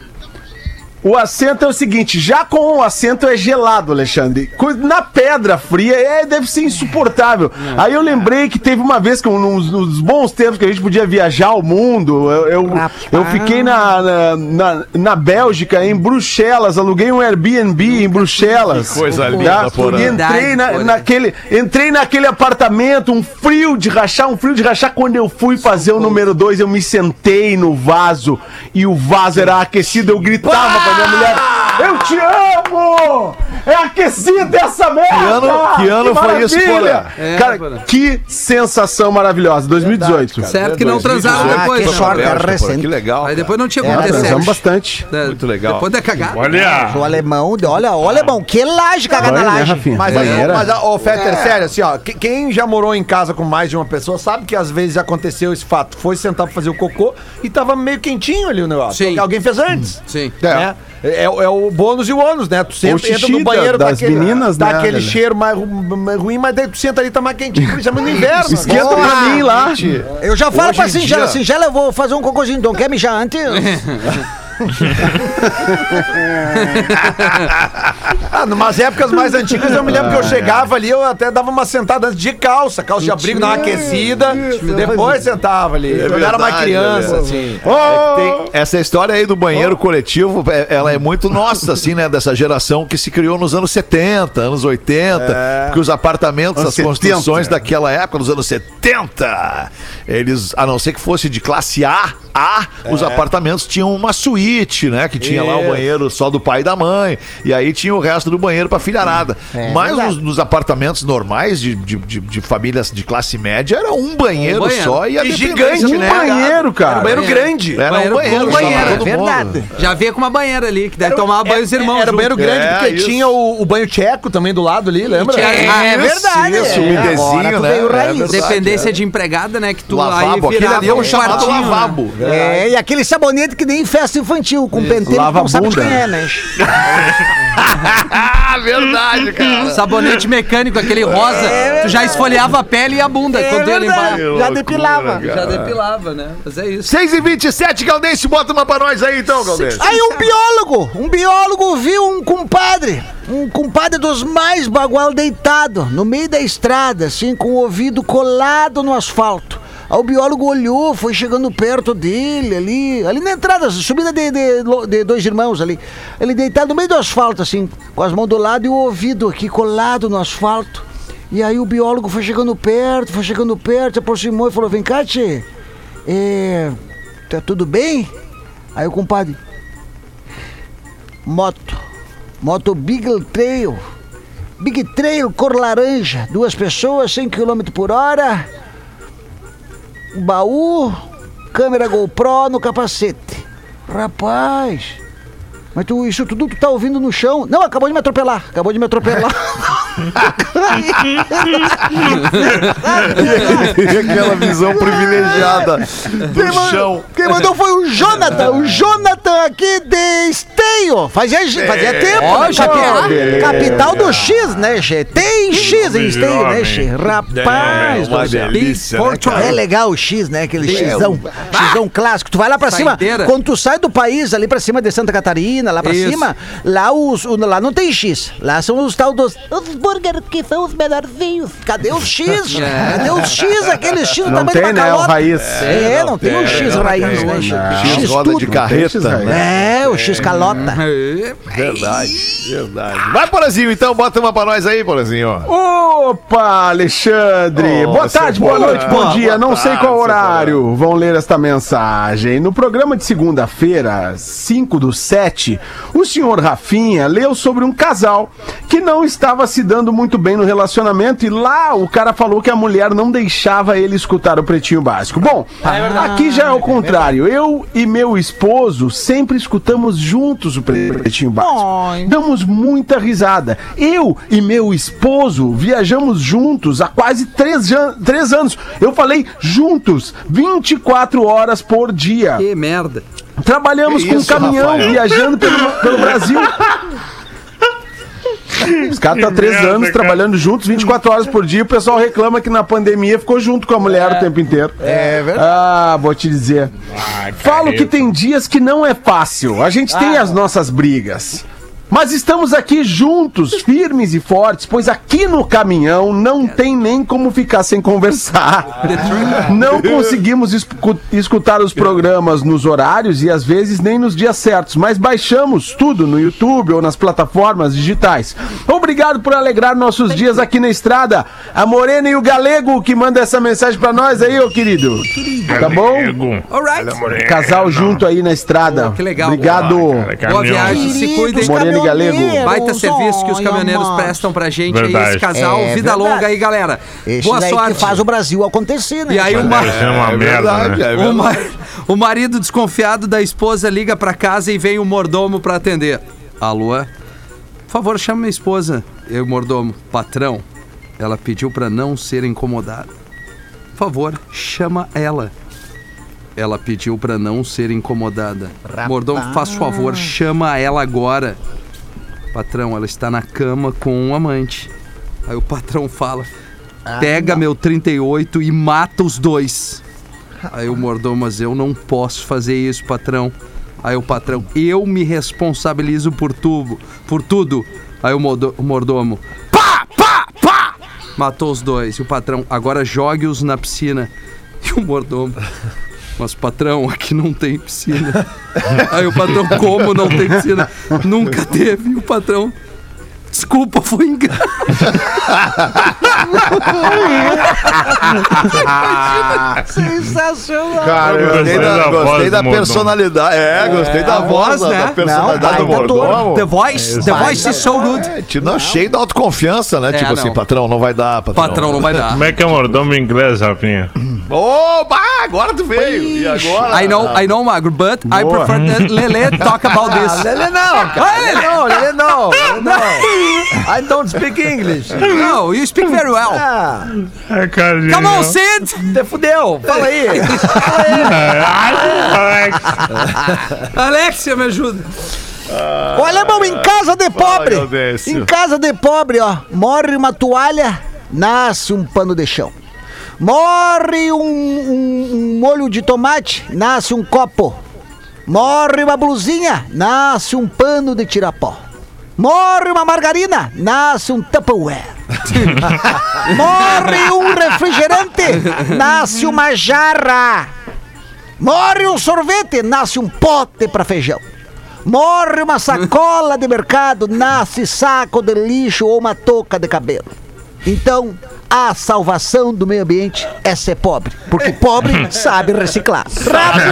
[SPEAKER 2] O assento é o seguinte, já com o assento é gelado, Alexandre. Co- Na pedra fria é, deve ser insuportável.
[SPEAKER 3] É.
[SPEAKER 2] Aí eu lembrei que teve uma vez que eu, nos, nos bons tempos que a gente podia viajar ao mundo, eu, eu, eu fiquei na, na, na- na Bélgica, em Bruxelas, aluguei um Airbnb em Bruxelas.
[SPEAKER 3] Que coisa linda, Porã.
[SPEAKER 2] E entrei na-
[SPEAKER 4] Porã.
[SPEAKER 2] naquele, entrei naquele apartamento, um frio de rachar, um frio de rachar. Quando eu fui fazer o número 2, eu me sentei no vaso e o vaso era aquecido. Eu gritava pra minha mulher: Eu te amo! É aquecido essa merda!
[SPEAKER 3] ano- que ano foi isso,
[SPEAKER 2] maravilha!"
[SPEAKER 4] Porã? É,
[SPEAKER 2] Cara,
[SPEAKER 4] Porã.
[SPEAKER 2] que sensação maravilhosa. 2018.
[SPEAKER 4] Certo que não transaram
[SPEAKER 6] Ah,
[SPEAKER 4] depois.
[SPEAKER 6] que
[SPEAKER 4] né?
[SPEAKER 6] sorte.
[SPEAKER 3] Bélgica,
[SPEAKER 6] recente.
[SPEAKER 3] porra, Que legal.
[SPEAKER 4] Aí
[SPEAKER 3] cara.
[SPEAKER 4] depois não tinha
[SPEAKER 2] Ah,
[SPEAKER 4] acontecido.
[SPEAKER 2] transamos bastante.
[SPEAKER 3] Muito legal.
[SPEAKER 4] Depois da cagada.
[SPEAKER 7] Olha.
[SPEAKER 6] O alemão, olha, olha, alemão, que laje cagada
[SPEAKER 2] Banho, né,
[SPEAKER 6] laje.
[SPEAKER 2] Rafinha?
[SPEAKER 8] Mas, aí,
[SPEAKER 2] Banheira. É.
[SPEAKER 8] mas a- ô, Fetter, sério, assim, ó, que- quem já morou em casa com mais de uma pessoa sabe que às vezes aconteceu esse fato. Foi sentar pra fazer o cocô e tava meio quentinho ali o negócio.
[SPEAKER 4] Sim.
[SPEAKER 8] Alguém fez antes.
[SPEAKER 4] Sim.
[SPEAKER 2] Hum.
[SPEAKER 8] É. né? É, é o- é o bônus e o ônus, né? Tu senta,
[SPEAKER 2] O xixi
[SPEAKER 8] entra no banheiro
[SPEAKER 2] da-
[SPEAKER 8] tá
[SPEAKER 2] das
[SPEAKER 8] aquele,
[SPEAKER 2] meninas,
[SPEAKER 8] tá
[SPEAKER 2] né,
[SPEAKER 8] aquele
[SPEAKER 2] Lelê?
[SPEAKER 8] cheiro mais, ru- mais ruim, mas daí tu senta ali e tá mais quentinho, principalmente no inverno. né?
[SPEAKER 2] Esquenta
[SPEAKER 8] Porra!
[SPEAKER 2] pra mim lá.
[SPEAKER 6] Eu já falo
[SPEAKER 3] Hoje
[SPEAKER 6] pra
[SPEAKER 3] em
[SPEAKER 6] Singela,
[SPEAKER 3] dia-
[SPEAKER 6] Singela, eu vou fazer um cocôzinho, então quer mijar antes?
[SPEAKER 8] Ah, numas épocas mais antigas eu me lembro que eu chegava ali, eu até dava uma sentada antes de calça, calça de abrigo, dava uma aquecida, depois sentava ali. eu era uma
[SPEAKER 3] É verdade, né?
[SPEAKER 8] criança,
[SPEAKER 3] Lelê. É
[SPEAKER 8] assim.
[SPEAKER 3] Tem- essa história aí do banheiro coletivo, é- ela é muito nossa, assim, né? Dessa geração que se criou nos anos 70, anos 80.
[SPEAKER 8] É.
[SPEAKER 3] Porque os apartamentos,
[SPEAKER 2] Anos
[SPEAKER 3] as construções
[SPEAKER 2] 70.
[SPEAKER 3] daquela época, nos anos
[SPEAKER 8] É.
[SPEAKER 3] 70, eles, a não ser que fosse de classe A, A, os apartamentos tinham uma suíte suíte, né? Que tinha lá o banheiro só do pai e da mãe. E aí tinha o resto do banheiro pra filharada.
[SPEAKER 8] É.
[SPEAKER 3] Mas nos, nos apartamentos normais de, de, de- de famílias de classe média era um banheiro,
[SPEAKER 4] banheiro.
[SPEAKER 3] só e a
[SPEAKER 8] E
[SPEAKER 3] dependência,
[SPEAKER 8] gigante,
[SPEAKER 2] Um
[SPEAKER 8] né?
[SPEAKER 2] banheiro,
[SPEAKER 8] Era um
[SPEAKER 2] cara.
[SPEAKER 8] banheiro grande.
[SPEAKER 3] Era um banheiro,
[SPEAKER 4] com
[SPEAKER 3] só pra
[SPEAKER 4] banheiro,
[SPEAKER 3] todo mundo.
[SPEAKER 6] verdade.
[SPEAKER 4] Já veio com uma banheira ali, que deve tomar banho os irmãos.
[SPEAKER 8] Era o banheiro
[SPEAKER 4] junto.
[SPEAKER 8] grande,
[SPEAKER 3] É,
[SPEAKER 8] porque
[SPEAKER 3] isso.
[SPEAKER 8] tinha o, o banho tcheco também do lado ali, lembra?
[SPEAKER 4] É,
[SPEAKER 6] Ah, é verdade.
[SPEAKER 3] Isso,
[SPEAKER 6] É, agora
[SPEAKER 3] umidezinho,
[SPEAKER 6] tu
[SPEAKER 3] né?
[SPEAKER 6] veio
[SPEAKER 3] É
[SPEAKER 6] raiz.
[SPEAKER 3] verdade,
[SPEAKER 4] Dependência
[SPEAKER 3] é.
[SPEAKER 4] de empregada, né? Que tu
[SPEAKER 3] Lavabo,
[SPEAKER 4] aí
[SPEAKER 3] aquele
[SPEAKER 4] virava
[SPEAKER 3] ali é um chamado
[SPEAKER 4] quartinho.
[SPEAKER 3] lavabo.
[SPEAKER 6] É, e aquele sabonete que nem em festa infantil, com penteiro que
[SPEAKER 2] Lava
[SPEAKER 6] não sabe de
[SPEAKER 2] bunda.
[SPEAKER 6] quem é, né?
[SPEAKER 3] Ah, verdade, cara.
[SPEAKER 4] Sabonete mecânico, aquele rosa. tu já esfoliava a pele e a bunda quando ia limpar.
[SPEAKER 3] Que
[SPEAKER 6] Já
[SPEAKER 3] loucura,
[SPEAKER 6] depilava.
[SPEAKER 3] cara.
[SPEAKER 4] Já depilava, né? Mas é isso.
[SPEAKER 3] 6 e 27 Galdense, bota uma pra nós aí então, Galdense.
[SPEAKER 6] Aí um biólogo, um biólogo viu um compadre, um compadre dos mais bagual deitado, no meio da estrada, assim, com o ouvido colado no asfalto. Aí o biólogo olhou, foi chegando perto dele, ali, ali na entrada, subida de, de, lo- de dois irmãos ali. Ele deitado no meio do asfalto, assim, com as mãos do lado e o ouvido aqui colado no asfalto. E aí o biólogo foi chegando perto, foi chegando perto, se aproximou e falou, vem cá, tchê, é, tá tudo bem? Aí o compadre, moto. Moto Big Trail. Big Trail cor laranja. Duas pessoas, 100 km por hora. Baú, câmera GoPro no capacete. Rapaz, mas tu, isso tudo tu tá ouvindo no chão? Não, acabou de me atropelar. Acabou de me atropelar.
[SPEAKER 3] Aquela visão privilegiada do chão.
[SPEAKER 6] Quem mandou foi o Jonathan. O Jonathan aqui de Esteio. Fazia, fazia tempo.
[SPEAKER 4] Ó,
[SPEAKER 6] né?
[SPEAKER 4] já tem
[SPEAKER 6] Capital-
[SPEAKER 4] área.
[SPEAKER 6] Capital do X, né, Che? Tem X em Esteio, né, Che? Rapaz, do céu.
[SPEAKER 3] É, delícia, né,
[SPEAKER 6] É
[SPEAKER 3] cara?
[SPEAKER 6] legal o X, né? Aquele Xão. Xão clássico. Tu vai lá pra cima.
[SPEAKER 4] Saideira.
[SPEAKER 6] Quando tu sai do país, ali pra cima de Santa Catarina, lá pra
[SPEAKER 4] Isso.
[SPEAKER 6] cima, lá, os, o- lá não tem X. Lá são os tal dos. Os burgers que são os melhorzinhos. Cadê os X? Che? Cadê os X? Aquele X do
[SPEAKER 2] Não
[SPEAKER 6] tamanho de
[SPEAKER 2] tem,
[SPEAKER 6] uma
[SPEAKER 2] né? O
[SPEAKER 6] calota.
[SPEAKER 2] raiz.
[SPEAKER 6] É, não, tem o X
[SPEAKER 3] não
[SPEAKER 6] raiz,
[SPEAKER 3] tem,
[SPEAKER 6] né? Che?
[SPEAKER 3] X
[SPEAKER 6] X
[SPEAKER 3] roda de
[SPEAKER 6] tudo.
[SPEAKER 3] carreta,
[SPEAKER 2] X,
[SPEAKER 3] né?
[SPEAKER 6] É, o X calota.
[SPEAKER 3] Verdade, verdade. Vai, Porazinho, então, bota uma pra nós aí, Porazinho.
[SPEAKER 2] Opa, Alexandre!
[SPEAKER 3] Oh,
[SPEAKER 2] boa
[SPEAKER 3] seu
[SPEAKER 2] tarde, boa
[SPEAKER 3] Porã.
[SPEAKER 2] noite, bom
[SPEAKER 3] Boa
[SPEAKER 2] dia. Não sei
[SPEAKER 3] tarde,
[SPEAKER 2] qual
[SPEAKER 3] seu
[SPEAKER 2] horário vão ler esta mensagem. No programa de segunda-feira, 5 do 7, o senhor Rafinha leu sobre um casal que não estava se dando muito bem no relacionamento e lá o cara falou que a mulher não deixava ele escutar o pretinho básico. Bom, aqui já é o contrário. Eu e meu esposo sempre escutamos juntos o pretinho básico.
[SPEAKER 6] Ai.
[SPEAKER 2] Damos muita risada. Eu e meu esposo viajamos juntos há quase três, jan- três anos. Eu falei juntos, 24 horas por dia.
[SPEAKER 4] Que merda.
[SPEAKER 2] Trabalhamos
[SPEAKER 3] Que
[SPEAKER 2] com um
[SPEAKER 3] isso,
[SPEAKER 2] caminhão
[SPEAKER 3] Rafael?
[SPEAKER 2] viajando pelo, pelo Brasil. Os caras estão há três
[SPEAKER 7] merda,
[SPEAKER 2] anos
[SPEAKER 7] cara.
[SPEAKER 2] trabalhando juntos, 24 horas por dia. O pessoal reclama que na pandemia ficou junto com a mulher o tempo inteiro. É verdade. Ah, vou te dizer. Falo que tem dias que não é fácil. A gente tem as nossas brigas. Mas estamos aqui juntos, firmes e fortes, pois aqui no caminhão não tem nem como ficar sem conversar. Não conseguimos escu- escutar os programas nos horários e às vezes nem nos dias certos, mas baixamos tudo no YouTube ou nas plataformas digitais. Obrigado por alegrar nossos dias aqui na estrada. A Morena e o Galego que manda essa mensagem pra nós aí, ô querido. Tá bom?
[SPEAKER 4] Alright.
[SPEAKER 7] É,
[SPEAKER 2] Casal junto aí na estrada.
[SPEAKER 4] que legal.
[SPEAKER 2] Obrigado.
[SPEAKER 4] Boa viagem, se cuidem.
[SPEAKER 2] Moreno e Galego.
[SPEAKER 6] caminhoneiros,
[SPEAKER 4] Baita serviço que os
[SPEAKER 6] olha,
[SPEAKER 4] caminhoneiros
[SPEAKER 6] mano.
[SPEAKER 4] prestam pra gente aí,
[SPEAKER 7] Verdade.
[SPEAKER 4] esse casal.
[SPEAKER 6] É
[SPEAKER 4] vida
[SPEAKER 6] verdade.
[SPEAKER 4] longa aí, galera.
[SPEAKER 6] Esse
[SPEAKER 4] Boa
[SPEAKER 6] daí
[SPEAKER 4] sorte.
[SPEAKER 6] que faz o Brasil acontecer, né?
[SPEAKER 4] E aí, uma.
[SPEAKER 7] É uma merda, né?
[SPEAKER 3] é
[SPEAKER 4] O, ma- o marido desconfiado da esposa liga pra casa e vem o mordomo pra atender. Alô? Por favor, chama minha esposa. Eu, mordomo. Patrão, ela pediu pra não ser incomodada. Por favor, chama ela. Ela pediu pra não ser incomodada. Mordomo, faz favor, chama ela agora. Patrão, ela está na cama com um amante. Aí o patrão fala: Pega meu 38 e mata os dois. Aí o mordomo, mas eu não posso fazer isso, patrão. Aí o patrão, eu me responsabilizo por tubo, por tudo. Aí o, mordo- o mordomo, pá, pá, pá! Matou os dois. E o patrão, agora jogue-os na piscina. E o mordomo, mas patrão, aqui não tem piscina. Aí o patrão, como não tem piscina? Nunca teve. E o patrão, desculpa, foi engano.
[SPEAKER 6] Sensacional.
[SPEAKER 7] Cara, eu-
[SPEAKER 3] Gostei da,
[SPEAKER 9] voz
[SPEAKER 3] gostei da
[SPEAKER 9] do mordomo.
[SPEAKER 3] personalidade. É, gostei da
[SPEAKER 4] a
[SPEAKER 3] voz,
[SPEAKER 4] voz, né?
[SPEAKER 3] da personalidade
[SPEAKER 6] Não,
[SPEAKER 3] do
[SPEAKER 6] baita
[SPEAKER 3] mordomo.
[SPEAKER 4] The Voice, The Voice is so good.
[SPEAKER 3] É, te- não, cheio da autoconfiança, né?
[SPEAKER 4] É,
[SPEAKER 3] tipo
[SPEAKER 4] não.
[SPEAKER 3] assim, patrão, não vai dar, patrão.
[SPEAKER 4] Patrão, não vai dar.
[SPEAKER 9] Como é que é mordomo em inglês, Rafinha?
[SPEAKER 3] Ô, bah, agora tu veio. E agora?
[SPEAKER 4] I know, I know, Magro, but I prefer that Lele talk about this. Lele não,
[SPEAKER 2] Lelê não, Lelê não, Lelê não. I don't speak English.
[SPEAKER 4] No, you speak very well.
[SPEAKER 2] Ah,
[SPEAKER 9] É, cara de.
[SPEAKER 4] Come on, Sid!
[SPEAKER 2] te fudeu, fala aí.
[SPEAKER 9] Alex.
[SPEAKER 4] Alexia, me ajuda.
[SPEAKER 6] Olha, irmão, em casa de pobre.
[SPEAKER 3] Gaudêncio.
[SPEAKER 6] Em casa de pobre, ó. Morre uma toalha, nasce um pano de chão. Morre um, um- um molho de tomate, nasce um copo. Morre uma blusinha, nasce um pano de tirapó. Morre uma margarina, nasce um Tupperware. Morre um refrigerante, nasce uma jarra. Morre um sorvete, nasce um pote para feijão. Morre uma sacola de mercado, nasce saco de lixo ou uma touca de cabelo. Então, a salvação do meio ambiente é ser pobre, porque pobre sabe reciclar.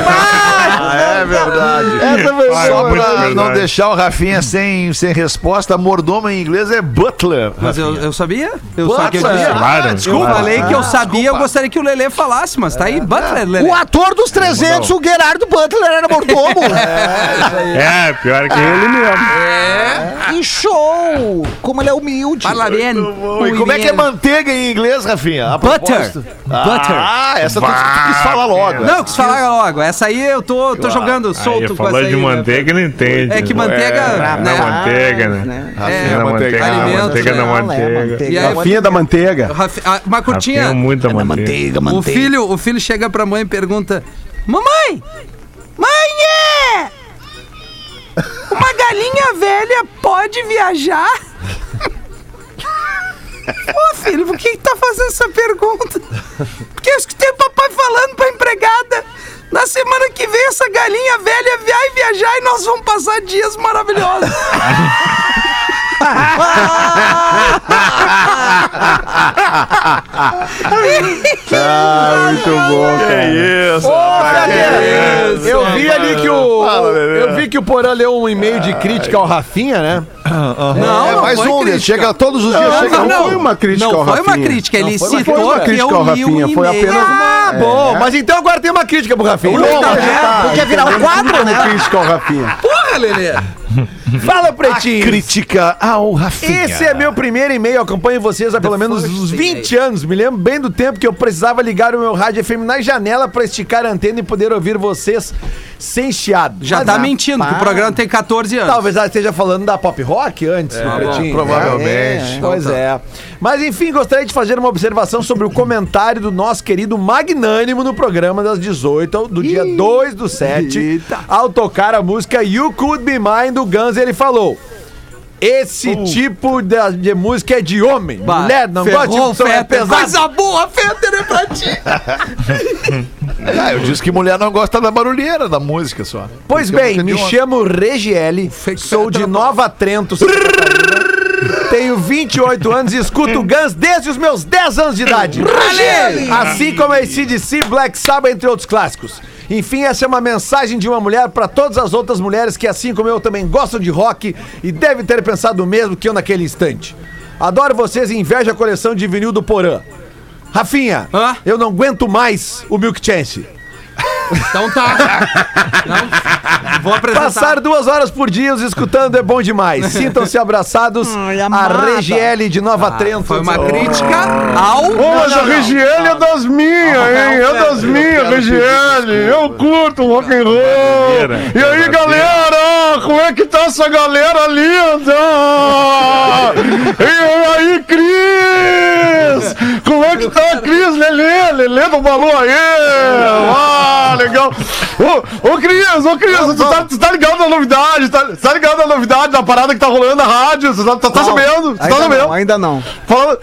[SPEAKER 3] Ah, é verdade.
[SPEAKER 6] Essa foi
[SPEAKER 9] Ah,
[SPEAKER 3] Só
[SPEAKER 9] é muito
[SPEAKER 3] pra né? não
[SPEAKER 9] verdade.
[SPEAKER 3] deixar o Rafinha sem, sem resposta, mordomo em inglês é butler.
[SPEAKER 4] Mas eu, eu sabia? Eu só que eu
[SPEAKER 3] Butler.
[SPEAKER 4] disse.
[SPEAKER 9] Claro.
[SPEAKER 3] Ah,
[SPEAKER 4] Eu
[SPEAKER 3] desculpa.
[SPEAKER 4] falei que eu sabia, eu gostaria que o Lele falasse, mas tá aí, Butler, Lele.
[SPEAKER 6] O ator dos 300, o Gerardo Butler, era mordomo.
[SPEAKER 9] É, pior que ele mesmo.
[SPEAKER 6] Que show! Como ele é humilde.
[SPEAKER 4] Parlaren.
[SPEAKER 3] E como é que é manteiga em inglês, Rafinha? A
[SPEAKER 4] um Butter.
[SPEAKER 3] propósito.
[SPEAKER 4] Butter.
[SPEAKER 3] Ah, essa tu, tu quis falar logo. né?
[SPEAKER 4] Não, quis falar logo. Essa aí eu tô, tô jogando solto
[SPEAKER 9] Aí,
[SPEAKER 4] com essa
[SPEAKER 9] falando
[SPEAKER 4] aí.
[SPEAKER 9] de
[SPEAKER 4] né?
[SPEAKER 9] manteiga, ele entende.
[SPEAKER 4] É que manteiga,
[SPEAKER 9] É,
[SPEAKER 4] né?
[SPEAKER 9] Na manteiga, né?
[SPEAKER 4] É,
[SPEAKER 9] na
[SPEAKER 3] manteiga.
[SPEAKER 9] manteiga, na
[SPEAKER 4] Alimentos,
[SPEAKER 9] manteiga, na
[SPEAKER 4] né?
[SPEAKER 6] é,
[SPEAKER 7] é
[SPEAKER 9] manteiga.
[SPEAKER 4] E aí,
[SPEAKER 7] Rafinha da manteiga.
[SPEAKER 4] Rafi- ah, uma
[SPEAKER 9] Rafinha,
[SPEAKER 4] curtinha.
[SPEAKER 9] é um
[SPEAKER 7] É
[SPEAKER 9] muita manteiga.
[SPEAKER 4] O filho, o filho chega pra mãe e pergunta: Mamãe! Mãe! é! Uma galinha velha pode viajar? Ô filho, por que, que tá fazendo essa pergunta? Porque eu escutei o papai falando pra empregada. Na semana que vem essa galinha velha vai viajar e nós vamos passar dias maravilhosos.
[SPEAKER 7] Muito bom, cara.
[SPEAKER 3] É isso.
[SPEAKER 2] Lelê, eu vi ali que o.
[SPEAKER 3] Fala, Lelê.
[SPEAKER 2] Eu vi que o Porã leu um e-mail de crítica ao Rafinha, né?
[SPEAKER 4] Não,
[SPEAKER 3] é, mais
[SPEAKER 4] foi
[SPEAKER 3] um,
[SPEAKER 4] crítica.
[SPEAKER 3] chega todos os dias.
[SPEAKER 7] Não,
[SPEAKER 3] chega
[SPEAKER 7] não,
[SPEAKER 3] um.
[SPEAKER 7] não. foi uma crítica
[SPEAKER 4] não
[SPEAKER 7] ao
[SPEAKER 4] foi uma
[SPEAKER 7] Rafinha.
[SPEAKER 4] crítica, ele
[SPEAKER 7] foi uma
[SPEAKER 4] citou
[SPEAKER 7] crítica.
[SPEAKER 4] que
[SPEAKER 7] Crítica ao
[SPEAKER 4] eu li
[SPEAKER 7] Rafinha,
[SPEAKER 4] um
[SPEAKER 7] foi
[SPEAKER 4] e-mail.
[SPEAKER 7] apenas uma-
[SPEAKER 2] Ah, bom, mas então agora tem uma crítica pro Rafinha.
[SPEAKER 7] Não,
[SPEAKER 2] Então,
[SPEAKER 7] mas tá
[SPEAKER 6] Podia virar um
[SPEAKER 7] entendendo
[SPEAKER 6] quadro,
[SPEAKER 7] como
[SPEAKER 6] né?
[SPEAKER 7] Crítica ao Rafinha.
[SPEAKER 4] Porra, Lelê!
[SPEAKER 2] Fala,
[SPEAKER 4] é
[SPEAKER 2] pretinho.
[SPEAKER 3] Crítica ao Rafinha.
[SPEAKER 2] Esse é meu primeiro e-mail. Eu Acompanho vocês há pelo menos
[SPEAKER 4] first
[SPEAKER 2] uns
[SPEAKER 4] e-mail.
[SPEAKER 2] 20 anos. Me lembro bem do tempo que eu precisava ligar o meu rádio FM na janela pra esticar a antena e poder ouvir vocês sem chiado.
[SPEAKER 4] Já
[SPEAKER 2] Mas,
[SPEAKER 4] tá
[SPEAKER 2] ah,
[SPEAKER 4] mentindo, que o programa tem 14 anos.
[SPEAKER 2] Talvez ela esteja falando da pop rock antes, do Pretinho. né?
[SPEAKER 3] provavelmente.
[SPEAKER 2] É, pois é. Mas enfim, gostaria de fazer uma observação sobre o comentário do nosso querido Magnânimo no programa das 18, ao- do dia 2 do 7, ao tocar a música You Could Be Mine do Guns, ele falou. Esse tipo da- de, música é de homem.
[SPEAKER 4] Bah,
[SPEAKER 2] mulher não
[SPEAKER 4] ferrou
[SPEAKER 2] gosta de som,
[SPEAKER 4] o
[SPEAKER 2] é
[SPEAKER 4] Fetter.
[SPEAKER 2] pesado.
[SPEAKER 4] Coisa boa, Fetter, é pra ti.
[SPEAKER 3] Ah, eu disse que mulher não gosta da barulheira da música só.
[SPEAKER 2] Pois
[SPEAKER 3] Porque a
[SPEAKER 2] bem,
[SPEAKER 3] música
[SPEAKER 2] me
[SPEAKER 3] de homem.
[SPEAKER 2] chamo Regiele,
[SPEAKER 4] Fake tá
[SPEAKER 2] sou de
[SPEAKER 4] pedra,
[SPEAKER 2] Nova Trento, Santa Catarina. tenho 28 anos e escuto Guns desde os meus 10 anos de idade. assim como a ACDC, Black Sabbath, entre outros clássicos. Enfim, essa é uma mensagem de uma mulher para todas as outras mulheres que, assim como eu, também gostam de rock e devem ter pensado o mesmo que eu naquele instante. Adoro vocês e invejo a coleção de vinil do Porã. Rafinha,
[SPEAKER 4] Hã?
[SPEAKER 2] eu não aguento mais o Milk Chance.
[SPEAKER 4] Então tá. Não, vou apresentar.
[SPEAKER 2] Passar duas horas por dia os escutando é bom demais. Sintam-se abraçados. a
[SPEAKER 6] amada.
[SPEAKER 2] Regiele de Nova Trento.
[SPEAKER 4] Ah, Foi uma crítica ao...
[SPEAKER 7] Ô, mas a Regiane é das minhas, hein? É das minhas, Regiane. Eu curto rock and roll.
[SPEAKER 9] brasileira,
[SPEAKER 7] E
[SPEAKER 9] é
[SPEAKER 7] aí,
[SPEAKER 9] brasileira.
[SPEAKER 7] galera? Como é que tá essa galera linda? E aí, Cris? Como é que tá a Cris, Lelê? Lelê do Balu aí? Ah, legal. Ô, ô Cris, ô, Cris, tu tá, tu tá ligado na novidade? Tá, tá ligado na novidade da parada que tá rolando na rádio? Tu tá, tá- tá sabendo? Tu tá sabendo?
[SPEAKER 6] ainda não.
[SPEAKER 7] Falando,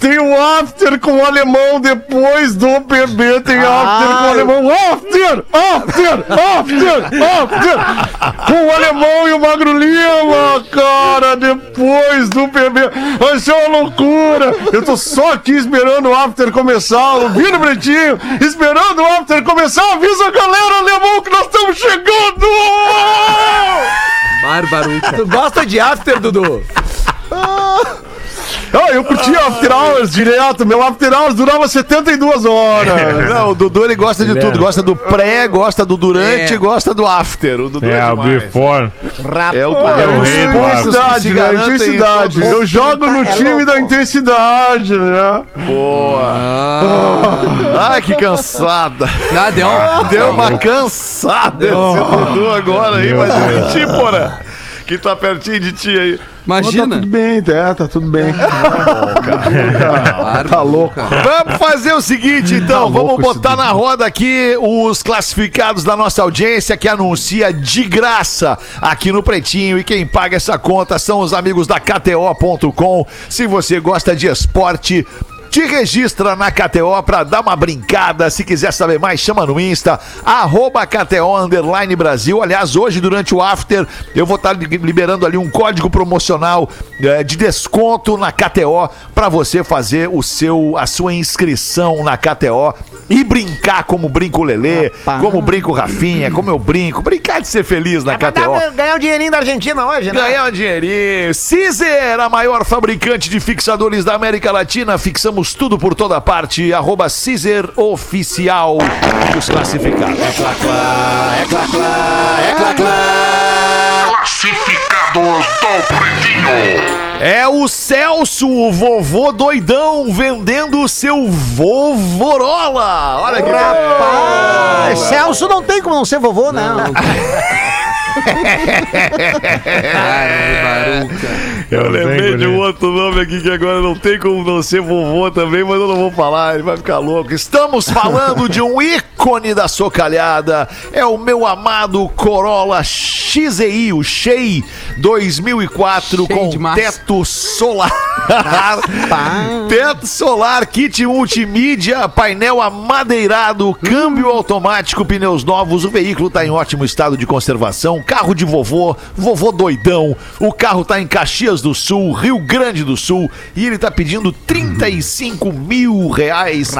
[SPEAKER 7] Tem o after com o alemão depois do bebê. Tem after com o alemão. After! After! After! After! Com o alemão e o Magro Lima, cara, depois do bebê. Vai ser uma loucura. Eu tô só aqui esperando o after começar, ouvindo o pretinho, esperando o after começar. Avisa a galera, alemão, que nós estamos chegando!
[SPEAKER 4] Barbaruca.
[SPEAKER 8] Tu gosta de after, Dudu?
[SPEAKER 7] Ah, eu curti After Hours direto. Meu After Hours durava 72 horas.
[SPEAKER 3] Não, o Dudu É. ele é. gosta de tudo. Gosta do pré, gosta do durante,
[SPEAKER 4] É.
[SPEAKER 3] gosta do after. O Dudu é, demais.
[SPEAKER 7] before.
[SPEAKER 3] É o
[SPEAKER 7] É o
[SPEAKER 3] os
[SPEAKER 7] rei do
[SPEAKER 3] postos que se
[SPEAKER 7] intensidade, né?
[SPEAKER 3] garantem-
[SPEAKER 7] Intensidade. Eu jogo no
[SPEAKER 4] Tá, é
[SPEAKER 7] time da intensidade, né?
[SPEAKER 3] Ai, que cansada.
[SPEAKER 4] Ah, deu.
[SPEAKER 3] Deu uma cansada esse Dudu agora aí, mas eu menti, porra. Que tá pertinho de ti aí.
[SPEAKER 7] Tá tudo
[SPEAKER 4] Imagina.
[SPEAKER 7] bem, tá, tá tudo bem.
[SPEAKER 4] Tá louco.
[SPEAKER 3] Vamos fazer o seguinte, então. Vamos botar na roda aqui os classificados da nossa audiência que anuncia de graça aqui no Pretinho. E quem paga essa conta são os amigos da KTO.com. Se você gosta de esporte. Te registra na KTO pra dar uma brincada. Se quiser saber mais, chama no Insta, arroba KTO Underline Brasil. Aliás, hoje, durante o After, eu vou estar liberando ali um código promocional eh, de desconto na KTO para você fazer o seu, a sua inscrição na KTO e brincar como brinco Lelê, como brinco Rafinha, como eu brinco. Brincar de ser feliz
[SPEAKER 6] É
[SPEAKER 3] na KTO.
[SPEAKER 8] Ganhar um dinheirinho da Argentina hoje, né?
[SPEAKER 3] Ganhar um dinheirinho. Cizer, a maior fabricante de fixadores da América Latina. Fixamos tudo por toda parte. Arroba Cizer Oficial. Os classificados. É o Celso, o vovô doidão, vendendo o seu vovorola. Olha que
[SPEAKER 6] Ah, Celso não tem como não ser vovô, né? não.
[SPEAKER 4] Barbaruca.
[SPEAKER 3] Eu
[SPEAKER 7] Não tem,
[SPEAKER 3] lembrei de um
[SPEAKER 7] guri.
[SPEAKER 3] outro nome aqui que agora não tem como não ser vovô também, mas eu não vou falar, ele vai ficar louco. Estamos falando de um ícone da socalhada, é o meu amado Corolla XEI, o Chei 2004
[SPEAKER 4] Cheio
[SPEAKER 3] com
[SPEAKER 4] de massa.
[SPEAKER 3] teto solar. teto solar, kit multimídia, painel amadeirado, câmbio automático, pneus novos. O veículo está em ótimo estado de conservação. Carro de vovô, vovô doidão. O carro está em Caxias do Sul, Rio Grande do Sul. E ele está pedindo 35 mil reais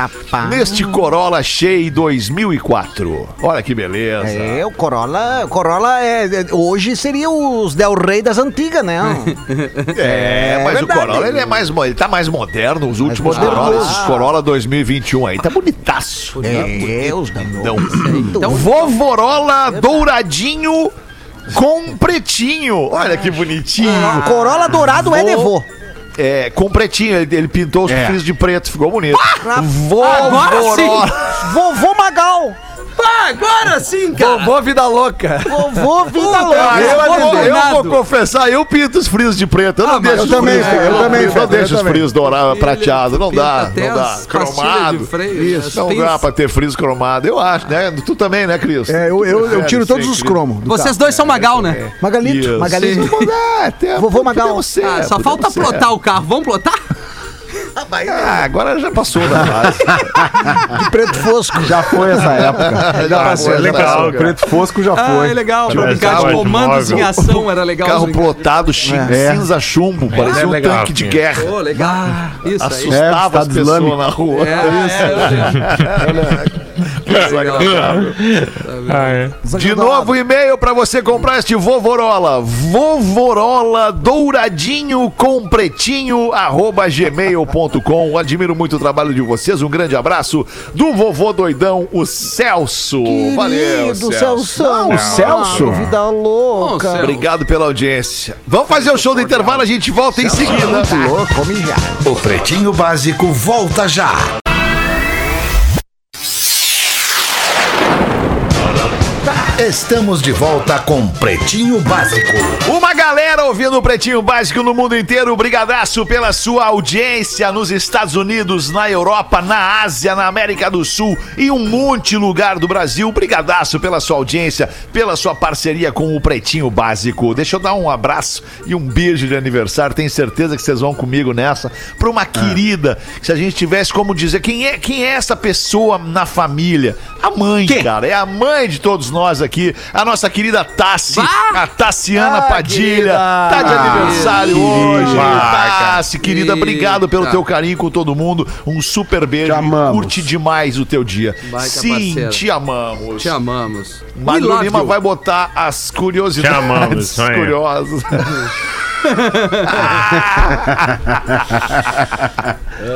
[SPEAKER 3] neste Corolla Chei 2004. Olha que beleza.
[SPEAKER 6] É, o Corolla, o Corolla é, é- hoje seria os Del Rey das antigas, né?
[SPEAKER 3] É,
[SPEAKER 6] É
[SPEAKER 3] mas
[SPEAKER 6] verdade.
[SPEAKER 3] o Corolla ele é mais, mo- ele tá mais moderno, os últimos
[SPEAKER 6] moderno.
[SPEAKER 3] Corolla, esses Corolla 2021 aí, tá bonitaço.
[SPEAKER 6] é, os da
[SPEAKER 3] Não.
[SPEAKER 6] Então,
[SPEAKER 3] Vovorola douradinho com pretinho. Olha que bonitinho.
[SPEAKER 6] Corolla dourado é devô.
[SPEAKER 3] É, com pretinho, ele, ele pintou os fios de preto, ficou bonito.
[SPEAKER 4] Agora
[SPEAKER 3] Vovorola.
[SPEAKER 4] sim.
[SPEAKER 6] Vovô Magal.
[SPEAKER 4] Pá, agora sim, cara.
[SPEAKER 8] Vovô vida louca.
[SPEAKER 6] Vovô Vida
[SPEAKER 3] Ah, eu,
[SPEAKER 6] Louca.
[SPEAKER 4] Vovô
[SPEAKER 3] vou- eu
[SPEAKER 4] dourado.
[SPEAKER 3] vou confessar, eu pinto os frios de preto. Eu não
[SPEAKER 4] Ah, mas
[SPEAKER 3] deixo
[SPEAKER 4] eu
[SPEAKER 3] os
[SPEAKER 2] também,
[SPEAKER 3] frios de
[SPEAKER 2] eu
[SPEAKER 3] preto,
[SPEAKER 2] também,
[SPEAKER 3] Eu não
[SPEAKER 2] Pedro,
[SPEAKER 3] deixo
[SPEAKER 2] eu
[SPEAKER 3] os
[SPEAKER 2] também.
[SPEAKER 3] frios dourados, prateados. Não dá,
[SPEAKER 4] Até
[SPEAKER 3] não dá.
[SPEAKER 4] as pastilhas de
[SPEAKER 3] Cromado.
[SPEAKER 4] freio, as
[SPEAKER 3] Não
[SPEAKER 4] pinças.
[SPEAKER 3] dá pra ter frios cromado, eu acho, né? Tu também, né, Cris?
[SPEAKER 2] É, eu, eu, eu tiro
[SPEAKER 3] É,
[SPEAKER 2] todos
[SPEAKER 3] sim,
[SPEAKER 2] os
[SPEAKER 3] Cris.
[SPEAKER 2] cromos. do
[SPEAKER 4] Vocês dois são Magal, né?
[SPEAKER 2] carro. Magalito.
[SPEAKER 3] Isso.
[SPEAKER 2] Magalito.
[SPEAKER 3] É, até
[SPEAKER 6] Vovô Magal.
[SPEAKER 3] podemos
[SPEAKER 2] é,
[SPEAKER 3] ser,
[SPEAKER 4] Ah, só
[SPEAKER 3] podemos
[SPEAKER 4] falta
[SPEAKER 3] ser.
[SPEAKER 4] plotar o carro. Vamos plotar?
[SPEAKER 3] Ah, agora já passou da fase.
[SPEAKER 6] Preto Fosco.
[SPEAKER 2] Já foi essa época. Já passou.
[SPEAKER 3] foi,
[SPEAKER 2] já
[SPEAKER 3] legal,
[SPEAKER 2] passou.
[SPEAKER 7] cara.
[SPEAKER 2] Preto fosco já
[SPEAKER 4] Ah, é
[SPEAKER 2] foi.
[SPEAKER 4] legal. Pra brincar de
[SPEAKER 7] carro de
[SPEAKER 4] comandos em
[SPEAKER 7] móvel.
[SPEAKER 4] ação, era legal.
[SPEAKER 3] Carro
[SPEAKER 4] brincar.
[SPEAKER 3] plotado, chi-
[SPEAKER 2] É.
[SPEAKER 3] cinza chumbo, parecia
[SPEAKER 7] é
[SPEAKER 3] um
[SPEAKER 7] legal,
[SPEAKER 3] tanque de
[SPEAKER 7] sim.
[SPEAKER 3] guerra.
[SPEAKER 4] Pô, legal. Isso aí.
[SPEAKER 2] É,
[SPEAKER 3] Assustava as
[SPEAKER 2] Estado
[SPEAKER 3] pessoas
[SPEAKER 2] Islâmico.
[SPEAKER 3] na rua.
[SPEAKER 4] É, é, é, legal.
[SPEAKER 7] Ah, é.
[SPEAKER 3] De novo, e-mail pra você comprar este Vovorola. Vovorola douradinho com pretinho, arroba gmail.com. Admiro muito o trabalho de vocês. Um grande abraço do vovô doidão, o Celso. Valeu,
[SPEAKER 6] Querido
[SPEAKER 3] Celso.
[SPEAKER 6] Celso. o
[SPEAKER 2] Celso?
[SPEAKER 6] Vida
[SPEAKER 4] Bom,
[SPEAKER 6] Louca.
[SPEAKER 4] Celso,
[SPEAKER 3] Obrigado pela audiência. Vamos fazer o show do intervalo, a gente volta em seguida.
[SPEAKER 5] O Pretinho Básico volta já. Estamos de volta com Pretinho Básico.
[SPEAKER 3] Uma galera ouvindo o Pretinho Básico no mundo inteiro. Brigadaço pela sua audiência nos Estados Unidos, na Europa, na Ásia, na América do Sul e um monte de lugar do Brasil. Brigadaço pela sua audiência, pela sua parceria com o Pretinho Básico. Deixa eu dar um abraço e um beijo de aniversário. Tenho certeza que vocês vão comigo nessa. Para uma querida, que se a gente tivesse como dizer quem é, quem é essa pessoa na família? A mãe, cara. É a mãe de todos nós aqui. A nossa querida Tassi, a Tassiana
[SPEAKER 8] Ah,
[SPEAKER 3] Padilha.
[SPEAKER 8] querida.
[SPEAKER 3] Tá de
[SPEAKER 8] Ah,
[SPEAKER 3] aniversário
[SPEAKER 8] querida.
[SPEAKER 3] hoje.
[SPEAKER 5] Vai,
[SPEAKER 3] Tassi, querida, obrigado pelo
[SPEAKER 4] Eita.
[SPEAKER 3] teu carinho com todo mundo. Um super beijo.
[SPEAKER 2] Te amamos.
[SPEAKER 3] Curte demais o teu dia.
[SPEAKER 4] Vai, que é
[SPEAKER 3] Sim,
[SPEAKER 4] parceira.
[SPEAKER 3] te amamos.
[SPEAKER 4] Te amamos. We
[SPEAKER 3] Magno
[SPEAKER 4] love
[SPEAKER 3] Lima
[SPEAKER 4] you.
[SPEAKER 3] vai botar as curiosidades
[SPEAKER 7] Te amamos, isso aí.
[SPEAKER 3] curiosas.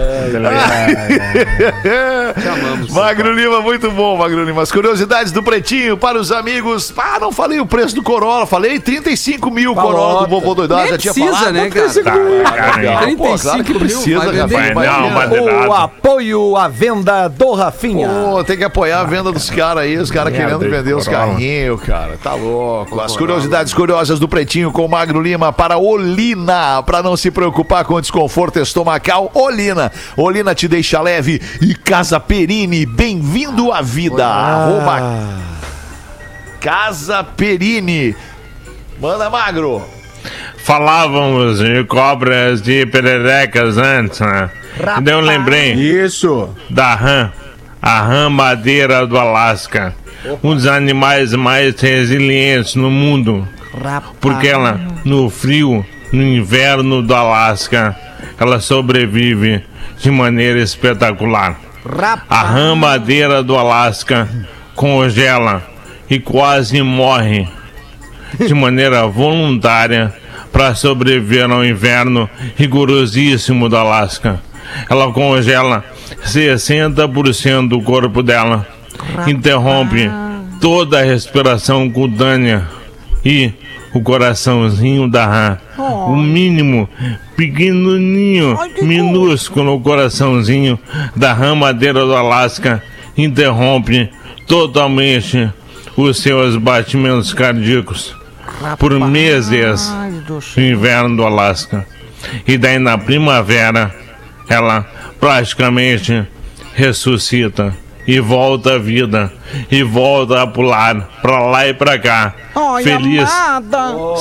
[SPEAKER 7] Ah,
[SPEAKER 4] Te amamos.
[SPEAKER 3] Magro Lima, muito bom, Magro Lima. As curiosidades do Pretinho para os amigos. Ah, não falei o preço do Corolla, falei 35 mil Corolla do vovô doidado,
[SPEAKER 4] Nem
[SPEAKER 3] já tinha
[SPEAKER 4] precisa,
[SPEAKER 3] falado.
[SPEAKER 4] né, cara?
[SPEAKER 7] Cara,
[SPEAKER 3] Não,
[SPEAKER 4] 35
[SPEAKER 3] pô, claro que
[SPEAKER 4] mil,
[SPEAKER 3] precisa,
[SPEAKER 4] vai
[SPEAKER 3] rapaz.
[SPEAKER 4] vender,
[SPEAKER 7] vai não, mas- é
[SPEAKER 8] O apoio à venda do Rafinha.
[SPEAKER 3] Pô, tem que apoiar a venda dos caras aí, os caras querendo vender os carrinhos, cara. Tá louco. As curiosidades curiosas do Pretinho com o Magro Lima para Olina. Pra não se preocupar com o desconforto estomacal, Olina. Olina te deixa leve. E Casa Perini, bem-vindo à vida. Arroba Casa Perini. Manda magro.
[SPEAKER 7] Falávamos de cobras de pererecas antes, né? Daí eu lembrei.
[SPEAKER 2] Isso.
[SPEAKER 7] da rã, a rã madeira do Alasca, um dos animais mais resilientes no mundo,
[SPEAKER 6] Ah.
[SPEAKER 7] porque ela, no frio, no inverno do Alasca, ela sobrevive de maneira espetacular. A rã madeira do Alasca congela e quase morre de maneira voluntária para sobreviver ao inverno rigorosíssimo do Alasca. Ela congela 60% do corpo dela, interrompe toda a respiração cutânea e o coraçãozinho da rã, o mínimo, pequenininho, minúsculo coraçãozinho da rã madeira do Alasca, interrompe totalmente os seus batimentos cardíacos por meses no inverno do Alasca. E daí na primavera ela praticamente ressuscita e volta à vida e volta a pular pra lá e pra cá. Feliz,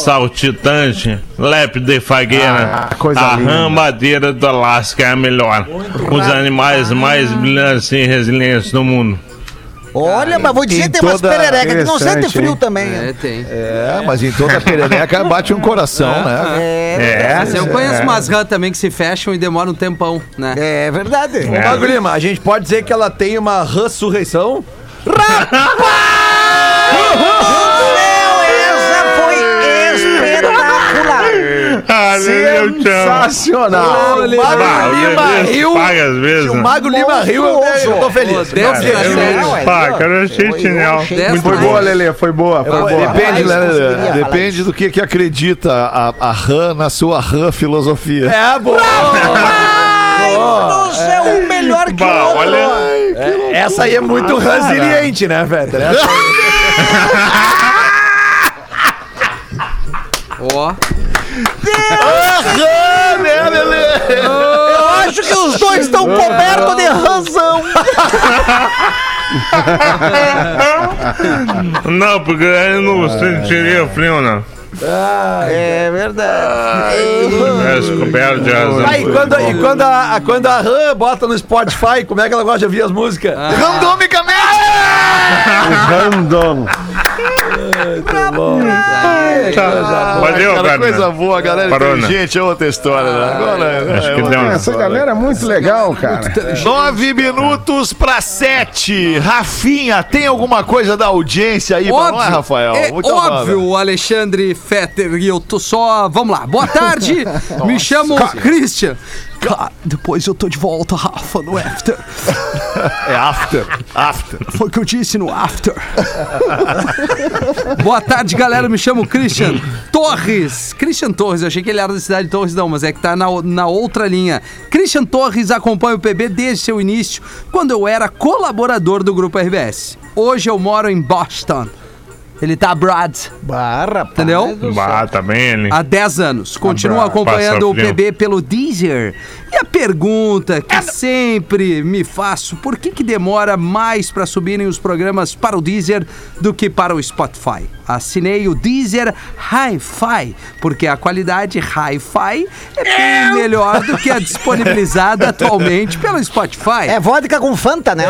[SPEAKER 7] saltitante, lépida e fagueira.
[SPEAKER 2] Ah, coisa
[SPEAKER 7] a
[SPEAKER 2] linda.
[SPEAKER 7] rã madeira do Alasca é a melhor. Um dos animais mais brilhantes e resilientes do mundo.
[SPEAKER 6] Olha, mas vou dizer,
[SPEAKER 3] tem
[SPEAKER 6] tem umas
[SPEAKER 3] toda-
[SPEAKER 6] pererecas que não sente
[SPEAKER 2] Interessante,
[SPEAKER 6] frio
[SPEAKER 2] hein?
[SPEAKER 6] também.
[SPEAKER 4] É, tem.
[SPEAKER 3] É, mas em toda perereca bate um coração, né?
[SPEAKER 7] É,
[SPEAKER 4] Mas eu conheço umas rãs também que se fecham e demoram um tempão, né?
[SPEAKER 6] É verdade.
[SPEAKER 7] É.
[SPEAKER 8] Ô, Magro Lima, a gente pode dizer que ela tem uma ressurreição?
[SPEAKER 6] Essa foi espetacular.
[SPEAKER 2] é
[SPEAKER 7] Ah, eu te amo.
[SPEAKER 2] Sensacional.
[SPEAKER 8] Olha,
[SPEAKER 7] Bah,
[SPEAKER 8] Magro Lima
[SPEAKER 7] Deus
[SPEAKER 8] riu.
[SPEAKER 7] paga às vezes.
[SPEAKER 8] O Magro Lima riu, eu- eu tô feliz.
[SPEAKER 4] Deus
[SPEAKER 8] Cara,
[SPEAKER 4] da
[SPEAKER 8] eu-
[SPEAKER 4] série.
[SPEAKER 6] Não, é,
[SPEAKER 7] Pá,
[SPEAKER 6] não.
[SPEAKER 7] cara, eu achei
[SPEAKER 6] Foi-
[SPEAKER 7] genial.
[SPEAKER 6] achei
[SPEAKER 4] Dez
[SPEAKER 2] Foi
[SPEAKER 6] demais.
[SPEAKER 2] boa, Lelê. Foi boa. Foi boa.
[SPEAKER 3] Depende, né?
[SPEAKER 6] Jamais conseguiria falar
[SPEAKER 3] Depende do que, que acredita a, a rã na sua rã filosofia.
[SPEAKER 8] É, boa.
[SPEAKER 6] Ai, do céu, um melhor que o
[SPEAKER 7] Bah,
[SPEAKER 6] outro.
[SPEAKER 7] olha.
[SPEAKER 8] Essa aí é muito resiliente, né, velho? Essa aí-
[SPEAKER 4] Ó,
[SPEAKER 6] Eu acho que os dois estão cobertos de razão.
[SPEAKER 7] Não, porque é eu não sentiria frio, não.
[SPEAKER 6] É verdade.
[SPEAKER 7] É descoberto né? Tá. de razão.
[SPEAKER 8] Ah, e
[SPEAKER 2] é
[SPEAKER 8] quando, e quando a, a- quando a Rã bota no Spotify, como é que ela gosta de ouvir as músicas?
[SPEAKER 3] Ah.
[SPEAKER 2] Random.
[SPEAKER 8] Ah!
[SPEAKER 7] Tá. Valeu,
[SPEAKER 3] Cara,
[SPEAKER 7] cara.
[SPEAKER 3] coisa boa, galera
[SPEAKER 7] Parou, né?
[SPEAKER 3] inteligente é outra história,
[SPEAKER 8] Ah,
[SPEAKER 3] né? Agora,
[SPEAKER 7] Acho
[SPEAKER 3] é
[SPEAKER 7] que
[SPEAKER 3] outra-
[SPEAKER 7] deu, né?
[SPEAKER 2] Essa galera é muito legal, cara.
[SPEAKER 3] Nove minutos pra sete. Rafinha, tem alguma coisa da audiência aí pra nós,
[SPEAKER 4] óbvio,
[SPEAKER 3] Rafael?
[SPEAKER 4] é
[SPEAKER 3] Então
[SPEAKER 4] óbvio,
[SPEAKER 3] manda.
[SPEAKER 4] o Alexandre Fetter e eu tô só. Vamos lá, boa tarde, me chamo Christian. Cara, depois eu tô de volta, Rafa, no after.
[SPEAKER 3] É after. After.
[SPEAKER 4] Foi o que eu disse no after. Boa tarde, galera. Me chamo Christian Torres. Christian Torres, eu achei que ele era da cidade de Torres, não, mas é que tá na, o- na outra linha. Christian Torres acompanha o PB desde seu início, quando eu era colaborador do grupo RBS. Hoje eu moro em Boston. Ele tá abroad,
[SPEAKER 6] Barra,
[SPEAKER 4] entendeu?
[SPEAKER 7] Bah, tá bem ele.
[SPEAKER 4] Há 10 anos. Continuo
[SPEAKER 7] Abra-
[SPEAKER 4] acompanhando
[SPEAKER 7] passa
[SPEAKER 4] o
[SPEAKER 7] frio.
[SPEAKER 4] PB pelo Deezer. E a pergunta que sempre me faço, por que, que demora mais para subirem os programas para o Deezer do que para o Spotify? Assinei o Deezer Hi-Fi, porque a qualidade Hi-Fi é bem melhor do que a disponibilizada atualmente pelo Spotify.
[SPEAKER 6] É vodka com Fanta, né?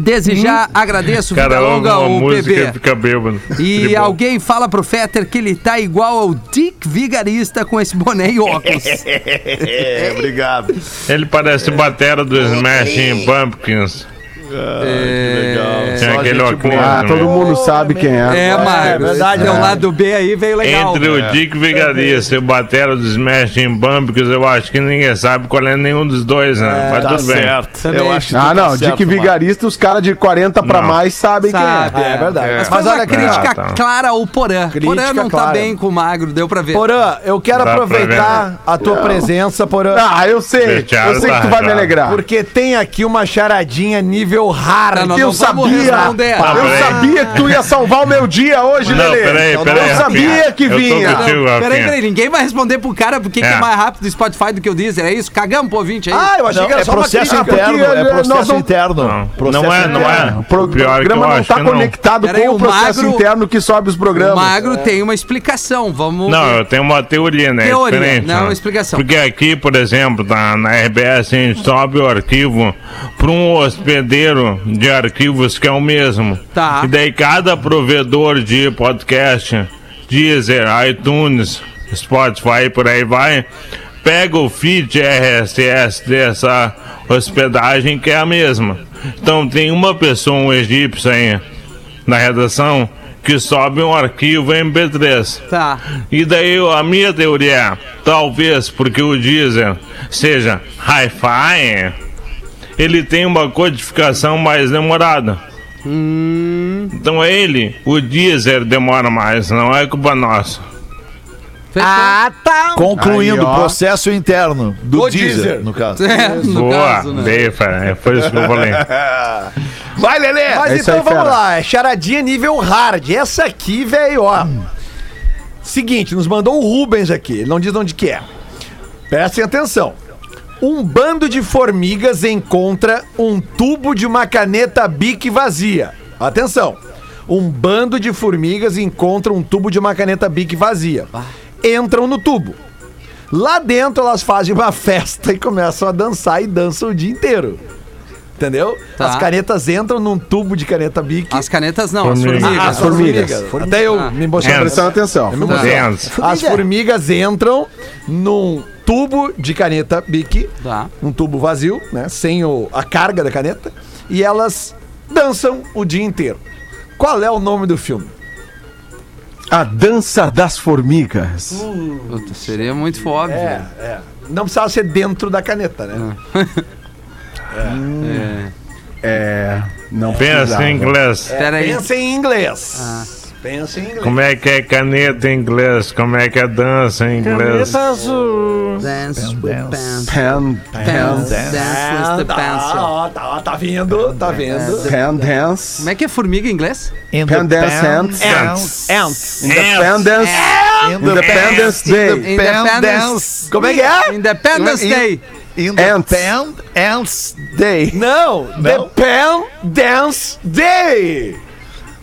[SPEAKER 4] Desde já agradeço,
[SPEAKER 7] Cara,
[SPEAKER 4] vida longa,
[SPEAKER 7] uma
[SPEAKER 4] o
[SPEAKER 7] música
[SPEAKER 4] PB.
[SPEAKER 7] ele fica bêbado. Tipo, De
[SPEAKER 4] E
[SPEAKER 7] boa.
[SPEAKER 4] alguém fala pro Fetter que ele tá igual ao Dick Vigarista com esse boné e óculos.
[SPEAKER 3] É, obrigado.
[SPEAKER 7] Ele parece o batera do Smashing Pumpkins.
[SPEAKER 3] Legal.
[SPEAKER 7] Tem aquele óculos.
[SPEAKER 2] Ah,
[SPEAKER 7] né?
[SPEAKER 2] todo mundo sabe quem é.
[SPEAKER 4] É, Magro.
[SPEAKER 6] verdade,
[SPEAKER 4] Tem um
[SPEAKER 6] né?
[SPEAKER 4] lado B aí, veio legal.
[SPEAKER 7] Entre o Dick Vigaria e o batera do Smashing Pumpkins, eu acho que ninguém sabe qual é nenhum dos dois, né? Mas
[SPEAKER 3] Tá
[SPEAKER 7] tudo bem.
[SPEAKER 3] certo.
[SPEAKER 4] Também.
[SPEAKER 3] Eu acho que
[SPEAKER 2] Ah,
[SPEAKER 3] tu tá
[SPEAKER 2] não,
[SPEAKER 3] certo, Marcos.
[SPEAKER 2] Dick Vigarista, os caras de 40 pra
[SPEAKER 7] Não.
[SPEAKER 2] mais sabem
[SPEAKER 4] Sabe,
[SPEAKER 2] quem é.
[SPEAKER 4] é
[SPEAKER 2] verdade.
[SPEAKER 4] Mas
[SPEAKER 8] Mas
[SPEAKER 4] faz
[SPEAKER 8] olha
[SPEAKER 4] uma
[SPEAKER 8] aqui,
[SPEAKER 4] crítica
[SPEAKER 7] ó, tá.
[SPEAKER 4] clara ao Porã.
[SPEAKER 8] Crítica
[SPEAKER 4] Porã não tá
[SPEAKER 8] clara.
[SPEAKER 4] bem com o Magro, deu pra ver.
[SPEAKER 8] Porã, eu quero
[SPEAKER 7] Dá pra né?
[SPEAKER 8] aproveitar a tua presença, Porã.
[SPEAKER 2] Ah, eu sei.
[SPEAKER 7] Vestiário
[SPEAKER 2] eu sei que tu
[SPEAKER 7] tá
[SPEAKER 2] vai me
[SPEAKER 7] já.
[SPEAKER 2] alegrar.
[SPEAKER 8] Porque tem aqui uma charadinha nível rara.
[SPEAKER 4] Não, não,
[SPEAKER 8] que
[SPEAKER 4] não
[SPEAKER 8] eu
[SPEAKER 4] vamos
[SPEAKER 8] sabia.
[SPEAKER 4] responder.
[SPEAKER 7] Tá,
[SPEAKER 2] Eu
[SPEAKER 7] peraí.
[SPEAKER 2] sabia que tu ia salvar o meu dia hoje,
[SPEAKER 7] Não,
[SPEAKER 2] Lelê.
[SPEAKER 7] peraí,
[SPEAKER 2] Eu
[SPEAKER 7] peraí.
[SPEAKER 2] sabia que vinha.
[SPEAKER 7] Eu tô contigo,
[SPEAKER 4] Não, peraí,
[SPEAKER 7] Rafinha.
[SPEAKER 4] peraí, ninguém vai responder pro cara porque que
[SPEAKER 7] É.
[SPEAKER 4] é mais rápido o Spotify do que o Deezer, é isso? Cagamos pro ouvinte aí.
[SPEAKER 8] Ah, eu achei
[SPEAKER 3] Não,
[SPEAKER 8] que era
[SPEAKER 3] é
[SPEAKER 8] só uma
[SPEAKER 3] processo
[SPEAKER 8] crítica.
[SPEAKER 2] porque,
[SPEAKER 3] interno, é
[SPEAKER 2] eh, nós
[SPEAKER 3] processo
[SPEAKER 2] não-
[SPEAKER 3] interno.
[SPEAKER 7] Não.
[SPEAKER 3] Processo
[SPEAKER 7] Não é, não é.
[SPEAKER 2] O pro-
[SPEAKER 7] Pior que eu
[SPEAKER 2] programa não
[SPEAKER 7] acho
[SPEAKER 2] tá
[SPEAKER 7] que não.
[SPEAKER 2] conectado
[SPEAKER 4] Peraí,
[SPEAKER 2] com o
[SPEAKER 4] o
[SPEAKER 2] processo
[SPEAKER 4] magro-
[SPEAKER 2] interno que sobe os
[SPEAKER 4] o
[SPEAKER 2] programas.
[SPEAKER 4] Magro tem uma explicação, vamos...
[SPEAKER 7] Não, eu tenho uma teoria, né?
[SPEAKER 4] Teoria,
[SPEAKER 7] Diferente,
[SPEAKER 4] não,
[SPEAKER 7] né?
[SPEAKER 4] explicação.
[SPEAKER 7] Porque aqui, por exemplo, tá, na RBS a gente sobe o arquivo para um hospedeiro de arquivos que é o mesmo.
[SPEAKER 4] Tá.
[SPEAKER 7] E daí cada provedor de podcast, Deezer, iTunes, Spotify, por aí vai, pega o feed RSS dessa hospedagem que é a mesma. Então tem uma pessoa, um egípcio aí, na redação, que sobe um arquivo MP3.
[SPEAKER 4] Tá.
[SPEAKER 7] E daí a minha teoria é, talvez porque o diesel seja hi-fi, ele tem uma codificação mais demorada.
[SPEAKER 4] Hum.
[SPEAKER 7] Então é ele, o diesel demora mais, não é culpa nossa.
[SPEAKER 4] Fechou.
[SPEAKER 6] Ah, tá.
[SPEAKER 3] Concluindo, processo interno do Deezer, no caso.
[SPEAKER 4] É, no
[SPEAKER 7] Boa,
[SPEAKER 4] caso, né?
[SPEAKER 7] bem, Fer, foi isso que eu falei.
[SPEAKER 3] Vai, Lelê!
[SPEAKER 8] Mas
[SPEAKER 2] É isso
[SPEAKER 8] então
[SPEAKER 2] aí,
[SPEAKER 8] vamos
[SPEAKER 2] fera.
[SPEAKER 8] lá, é charadinha nível hard. Essa aqui, velho, ó. Seguinte, nos mandou o Rubens aqui, ele não diz onde que é. Prestem atenção. Um bando de formigas encontra um tubo de uma caneta Bic vazia. Atenção. Um bando de formigas encontra um tubo de uma caneta Bic vazia. Entram no tubo. Lá dentro elas fazem uma festa e começam a dançar e dançam o dia inteiro. Entendeu?
[SPEAKER 4] Tá.
[SPEAKER 8] As canetas entram num tubo de caneta Bic.
[SPEAKER 4] As canetas não, as
[SPEAKER 7] Formiga.
[SPEAKER 4] formigas. Tá.
[SPEAKER 8] Ah,
[SPEAKER 2] as formigas.
[SPEAKER 8] Até eu me emocionei.
[SPEAKER 7] É.
[SPEAKER 2] Prestando atenção.
[SPEAKER 8] Tá.
[SPEAKER 7] Dentro.
[SPEAKER 8] As formigas entram num tubo de caneta Bic,
[SPEAKER 4] Tá.
[SPEAKER 8] um tubo vazio, né, sem o- a carga da caneta, e elas dançam o dia inteiro. Qual é o nome do filme?
[SPEAKER 2] A dança das formigas.
[SPEAKER 4] Puta, Seria muito óbvio.
[SPEAKER 8] é. Não precisava ser dentro da caneta, né?
[SPEAKER 3] Ah.
[SPEAKER 2] É. Não
[SPEAKER 7] Pensa
[SPEAKER 2] precisava.
[SPEAKER 7] em inglês.
[SPEAKER 4] Pera aí.
[SPEAKER 8] Pensa em inglês.
[SPEAKER 3] Ah.
[SPEAKER 8] Pensa em inglês.
[SPEAKER 7] Como é que é caneta em inglês? Como é que é dança em inglês?
[SPEAKER 4] Dance with pants.
[SPEAKER 2] Hand,
[SPEAKER 4] Pants,
[SPEAKER 2] hand,
[SPEAKER 4] dance with the pencil.
[SPEAKER 8] Tá, tá, tá vindo, tá vindo.
[SPEAKER 2] hand dance.
[SPEAKER 4] Como é que é formiga em inglês?
[SPEAKER 2] Pendence Ants.
[SPEAKER 7] Ants.
[SPEAKER 2] Ants. Independence. Independence Day.
[SPEAKER 4] Independence.
[SPEAKER 8] Como é que é?
[SPEAKER 4] Independence Day.
[SPEAKER 2] Ants.
[SPEAKER 3] Ants Day.
[SPEAKER 8] Não, Dependence Day.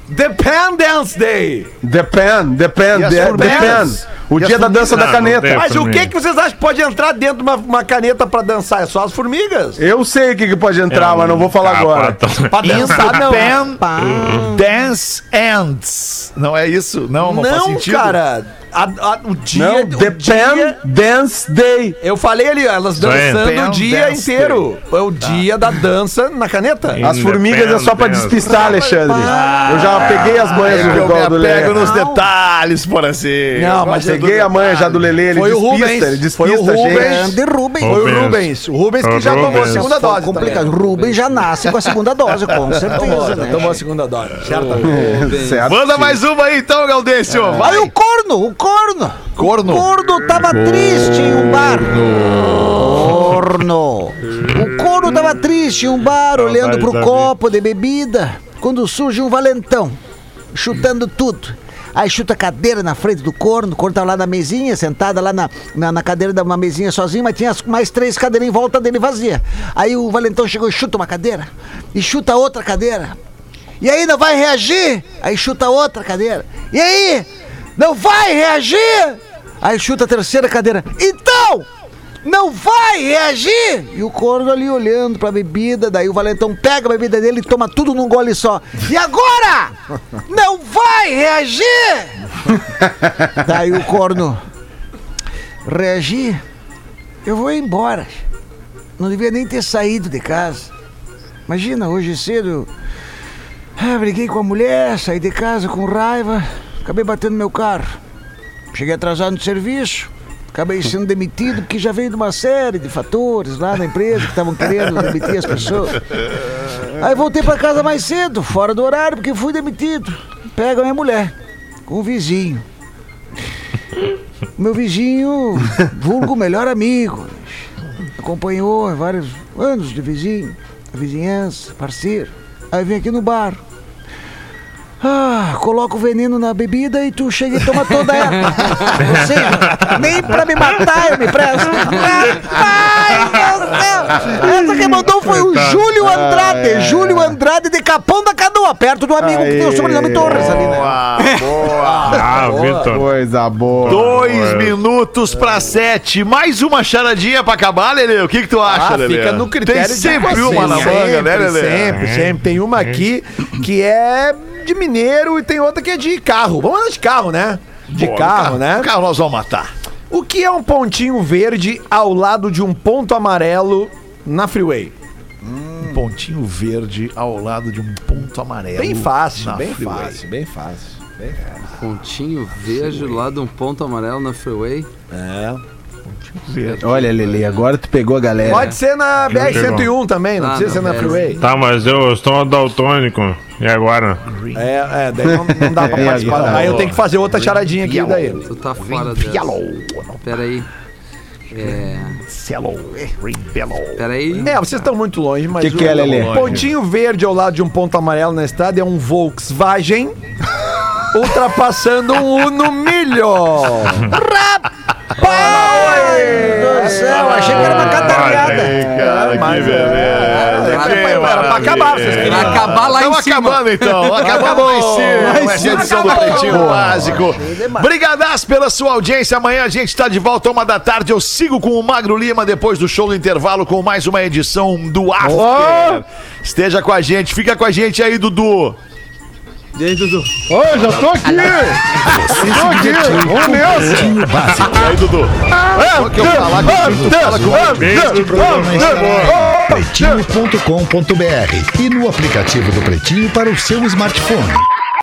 [SPEAKER 8] Dependence Day.
[SPEAKER 2] Depend, depend,
[SPEAKER 3] E as
[SPEAKER 2] de-
[SPEAKER 3] formigas?
[SPEAKER 2] depend. O
[SPEAKER 3] E as
[SPEAKER 2] dia da
[SPEAKER 3] formigas?
[SPEAKER 2] dança
[SPEAKER 7] Ah,
[SPEAKER 2] da
[SPEAKER 7] não
[SPEAKER 2] caneta.
[SPEAKER 7] tem.
[SPEAKER 8] Mas o
[SPEAKER 7] formiga.
[SPEAKER 8] que, que vocês acham que pode entrar dentro de uma, uma caneta pra dançar? É só as formigas?
[SPEAKER 2] Eu sei o que, que pode
[SPEAKER 3] É
[SPEAKER 2] entrar,
[SPEAKER 3] um
[SPEAKER 2] mas não vou falar agora.
[SPEAKER 8] Pra dançar, não.
[SPEAKER 6] Ah.
[SPEAKER 3] Independent Dance Ants. Não é isso? Não, não, faz
[SPEAKER 8] não,
[SPEAKER 3] sentido.
[SPEAKER 8] cara. A- a- o dia.
[SPEAKER 2] Não,
[SPEAKER 8] o dia-
[SPEAKER 2] Dependence Day.
[SPEAKER 8] eu falei ali, ó, elas
[SPEAKER 7] é.
[SPEAKER 8] dançando o
[SPEAKER 2] um
[SPEAKER 3] Dependence
[SPEAKER 8] dia inteiro. É o dia da dança na caneta.
[SPEAKER 7] Sim.
[SPEAKER 2] Tá. As formigas é só pra
[SPEAKER 7] Independence.
[SPEAKER 2] despistar, Alexandre. Eu já peguei as manhas
[SPEAKER 3] É que
[SPEAKER 2] do né? Rigol do
[SPEAKER 3] Ah, eu me apego
[SPEAKER 2] Lelê.
[SPEAKER 3] nos detalhes, por assim.
[SPEAKER 8] Não,
[SPEAKER 2] Mas
[SPEAKER 8] mas
[SPEAKER 2] peguei a manha já do Lelê, ele
[SPEAKER 8] Foi o
[SPEAKER 2] despista,
[SPEAKER 8] Rubens.
[SPEAKER 2] ele despista,
[SPEAKER 8] Foi o Rubens.
[SPEAKER 2] gente.
[SPEAKER 6] Grande Rubens.
[SPEAKER 8] Foi
[SPEAKER 7] Rubens.
[SPEAKER 8] o Rubens. O Rubens que
[SPEAKER 7] O
[SPEAKER 8] já tomou a
[SPEAKER 7] Rubens.
[SPEAKER 8] segunda dose. também.
[SPEAKER 6] Complicado. Rubens já nasce com a segunda dose, com certeza, né?
[SPEAKER 8] Tomou a segunda dose. Certamente.
[SPEAKER 2] Certo.
[SPEAKER 3] Manda mais uma aí então, Gaudêncio. Vai,
[SPEAKER 6] Aí o corno, o corno.
[SPEAKER 3] corno.
[SPEAKER 6] O corno tava triste em um bar. Corno. O corno tava triste em um bar, olhando pro
[SPEAKER 7] da
[SPEAKER 6] copo de bebida. quando surge um valentão, chutando tudo. Aí chuta a cadeira na frente do corno, o corno tava lá na mesinha, sentada lá na, na, na cadeira de uma mesinha sozinho, mas tinha as- mais três cadeiras em volta dele vazia. Aí o valentão chegou e chuta uma cadeira, e chuta outra cadeira. E aí não vai reagir? Aí chuta outra cadeira. E aí? Não vai reagir? Aí chuta a terceira cadeira. Então! Não vai reagir! E o corno ali olhando pra bebida, daí o valentão pega a bebida dele e toma tudo num gole só. E agora? Não vai reagir! daí o corno. Reagir? Eu vou embora. Não devia nem ter saído de casa. Imagina, hoje cedo. ah, briguei com a mulher, saí de casa com raiva, acabei batendo meu carro. Cheguei atrasado no serviço, acabei sendo demitido, porque já veio de uma série de fatores lá na empresa que estavam querendo demitir as pessoas. É. Aí voltei pra casa mais cedo, fora do horário, porque fui demitido. Pega minha mulher, com o vizinho. Meu vizinho, vulgo melhor amigo, acompanhou vários anos de vizinho, vizinhança, parceiro. Aí vem aqui no bar. Ah, coloca o veneno na bebida e tu chega e toma toda ela. Ou seja, nem pra me matar eu me presto. Rapaz do céu! Essa que mandou foi o Júlio Andrade. Júlio Andrade de Capão da Canoa, perto do amigo que tem o sobrenome Torres ali, né?
[SPEAKER 7] Ah, Vitor.
[SPEAKER 10] Coisa boa.
[SPEAKER 3] Dois minutos pra sete. Mais uma charadinha pra acabar, Lele. O que, que tu acha,
[SPEAKER 2] Ah,
[SPEAKER 3] Lelê?
[SPEAKER 2] fica no critério
[SPEAKER 3] Tem
[SPEAKER 2] de
[SPEAKER 3] sempre
[SPEAKER 2] vocês.
[SPEAKER 3] uma na manga,
[SPEAKER 2] Sempre,
[SPEAKER 3] né, Lelê?
[SPEAKER 2] Sempre,
[SPEAKER 8] É.
[SPEAKER 2] sempre. Tem uma aqui que é de mineiro e tem outra que é de carro. Vamos andar de carro, né? De
[SPEAKER 3] Boa,
[SPEAKER 2] carro, né?
[SPEAKER 3] O carro nós vamos matar.
[SPEAKER 2] O que é um pontinho verde ao lado de um ponto amarelo na freeway?
[SPEAKER 3] Um pontinho verde ao lado de um ponto amarelo.
[SPEAKER 2] Bem fácil,
[SPEAKER 3] na
[SPEAKER 2] bem
[SPEAKER 3] freeway.
[SPEAKER 2] fácil, bem fácil.
[SPEAKER 4] Pontinho verde lá de um ponto amarelo na freeway.
[SPEAKER 10] Olha, Lele, agora tu pegou a galera.
[SPEAKER 2] Pode ser na BR-101 também, não
[SPEAKER 4] Ah,
[SPEAKER 2] precisa ser
[SPEAKER 4] não,
[SPEAKER 2] na
[SPEAKER 4] é.
[SPEAKER 2] freeway.
[SPEAKER 7] Tá, mas eu estou daltônico. E agora?
[SPEAKER 2] É, é, daí não, não dá pra participar. Aí eu tenho que fazer outra charadinha aqui daí.
[SPEAKER 4] Tu tá fora dessa. Pera aí. É... Pera aí.
[SPEAKER 2] É, vocês estão muito longe, mas.
[SPEAKER 10] Que que
[SPEAKER 2] o-
[SPEAKER 10] é, Lelê?
[SPEAKER 2] o Pontinho verde ao lado de um ponto amarelo na estrada é um Volkswagen ultrapassando um Uno Milho.
[SPEAKER 6] Meu Deus do céu, achei que era
[SPEAKER 7] Ah,
[SPEAKER 6] uma é,
[SPEAKER 7] Olha
[SPEAKER 6] catarriada.
[SPEAKER 7] aí, cara, que
[SPEAKER 3] É,
[SPEAKER 7] beleza.
[SPEAKER 4] Mas-
[SPEAKER 6] é,
[SPEAKER 7] Que
[SPEAKER 4] Mas-
[SPEAKER 7] maravilha.
[SPEAKER 2] acabar, vocês queriam.
[SPEAKER 4] Pra acabar lá em
[SPEAKER 3] Estamos
[SPEAKER 4] cima.
[SPEAKER 3] É. acabando então. Acabamos lá em cima.
[SPEAKER 2] Lá em
[SPEAKER 3] Essa
[SPEAKER 2] cima
[SPEAKER 3] edição do
[SPEAKER 2] acabou.
[SPEAKER 3] Pretinho
[SPEAKER 2] Boa.
[SPEAKER 3] Básico. Brigadas pela sua audiência. Amanhã a gente está de volta, uma da tarde. Eu sigo com o Magro Lima depois do show do intervalo com mais uma edição do After. Esteja com a gente. Fica com a gente aí, Dudu.
[SPEAKER 7] Ô, já tô aqui! tô aqui! Ah, Vamos nessa!
[SPEAKER 3] E aí, Dudu. Só que eu falar contigo, tu fala comigo.
[SPEAKER 7] Este programa está
[SPEAKER 5] Pretinho.com.br e no aplicativo do Pretinho para o seu smartphone.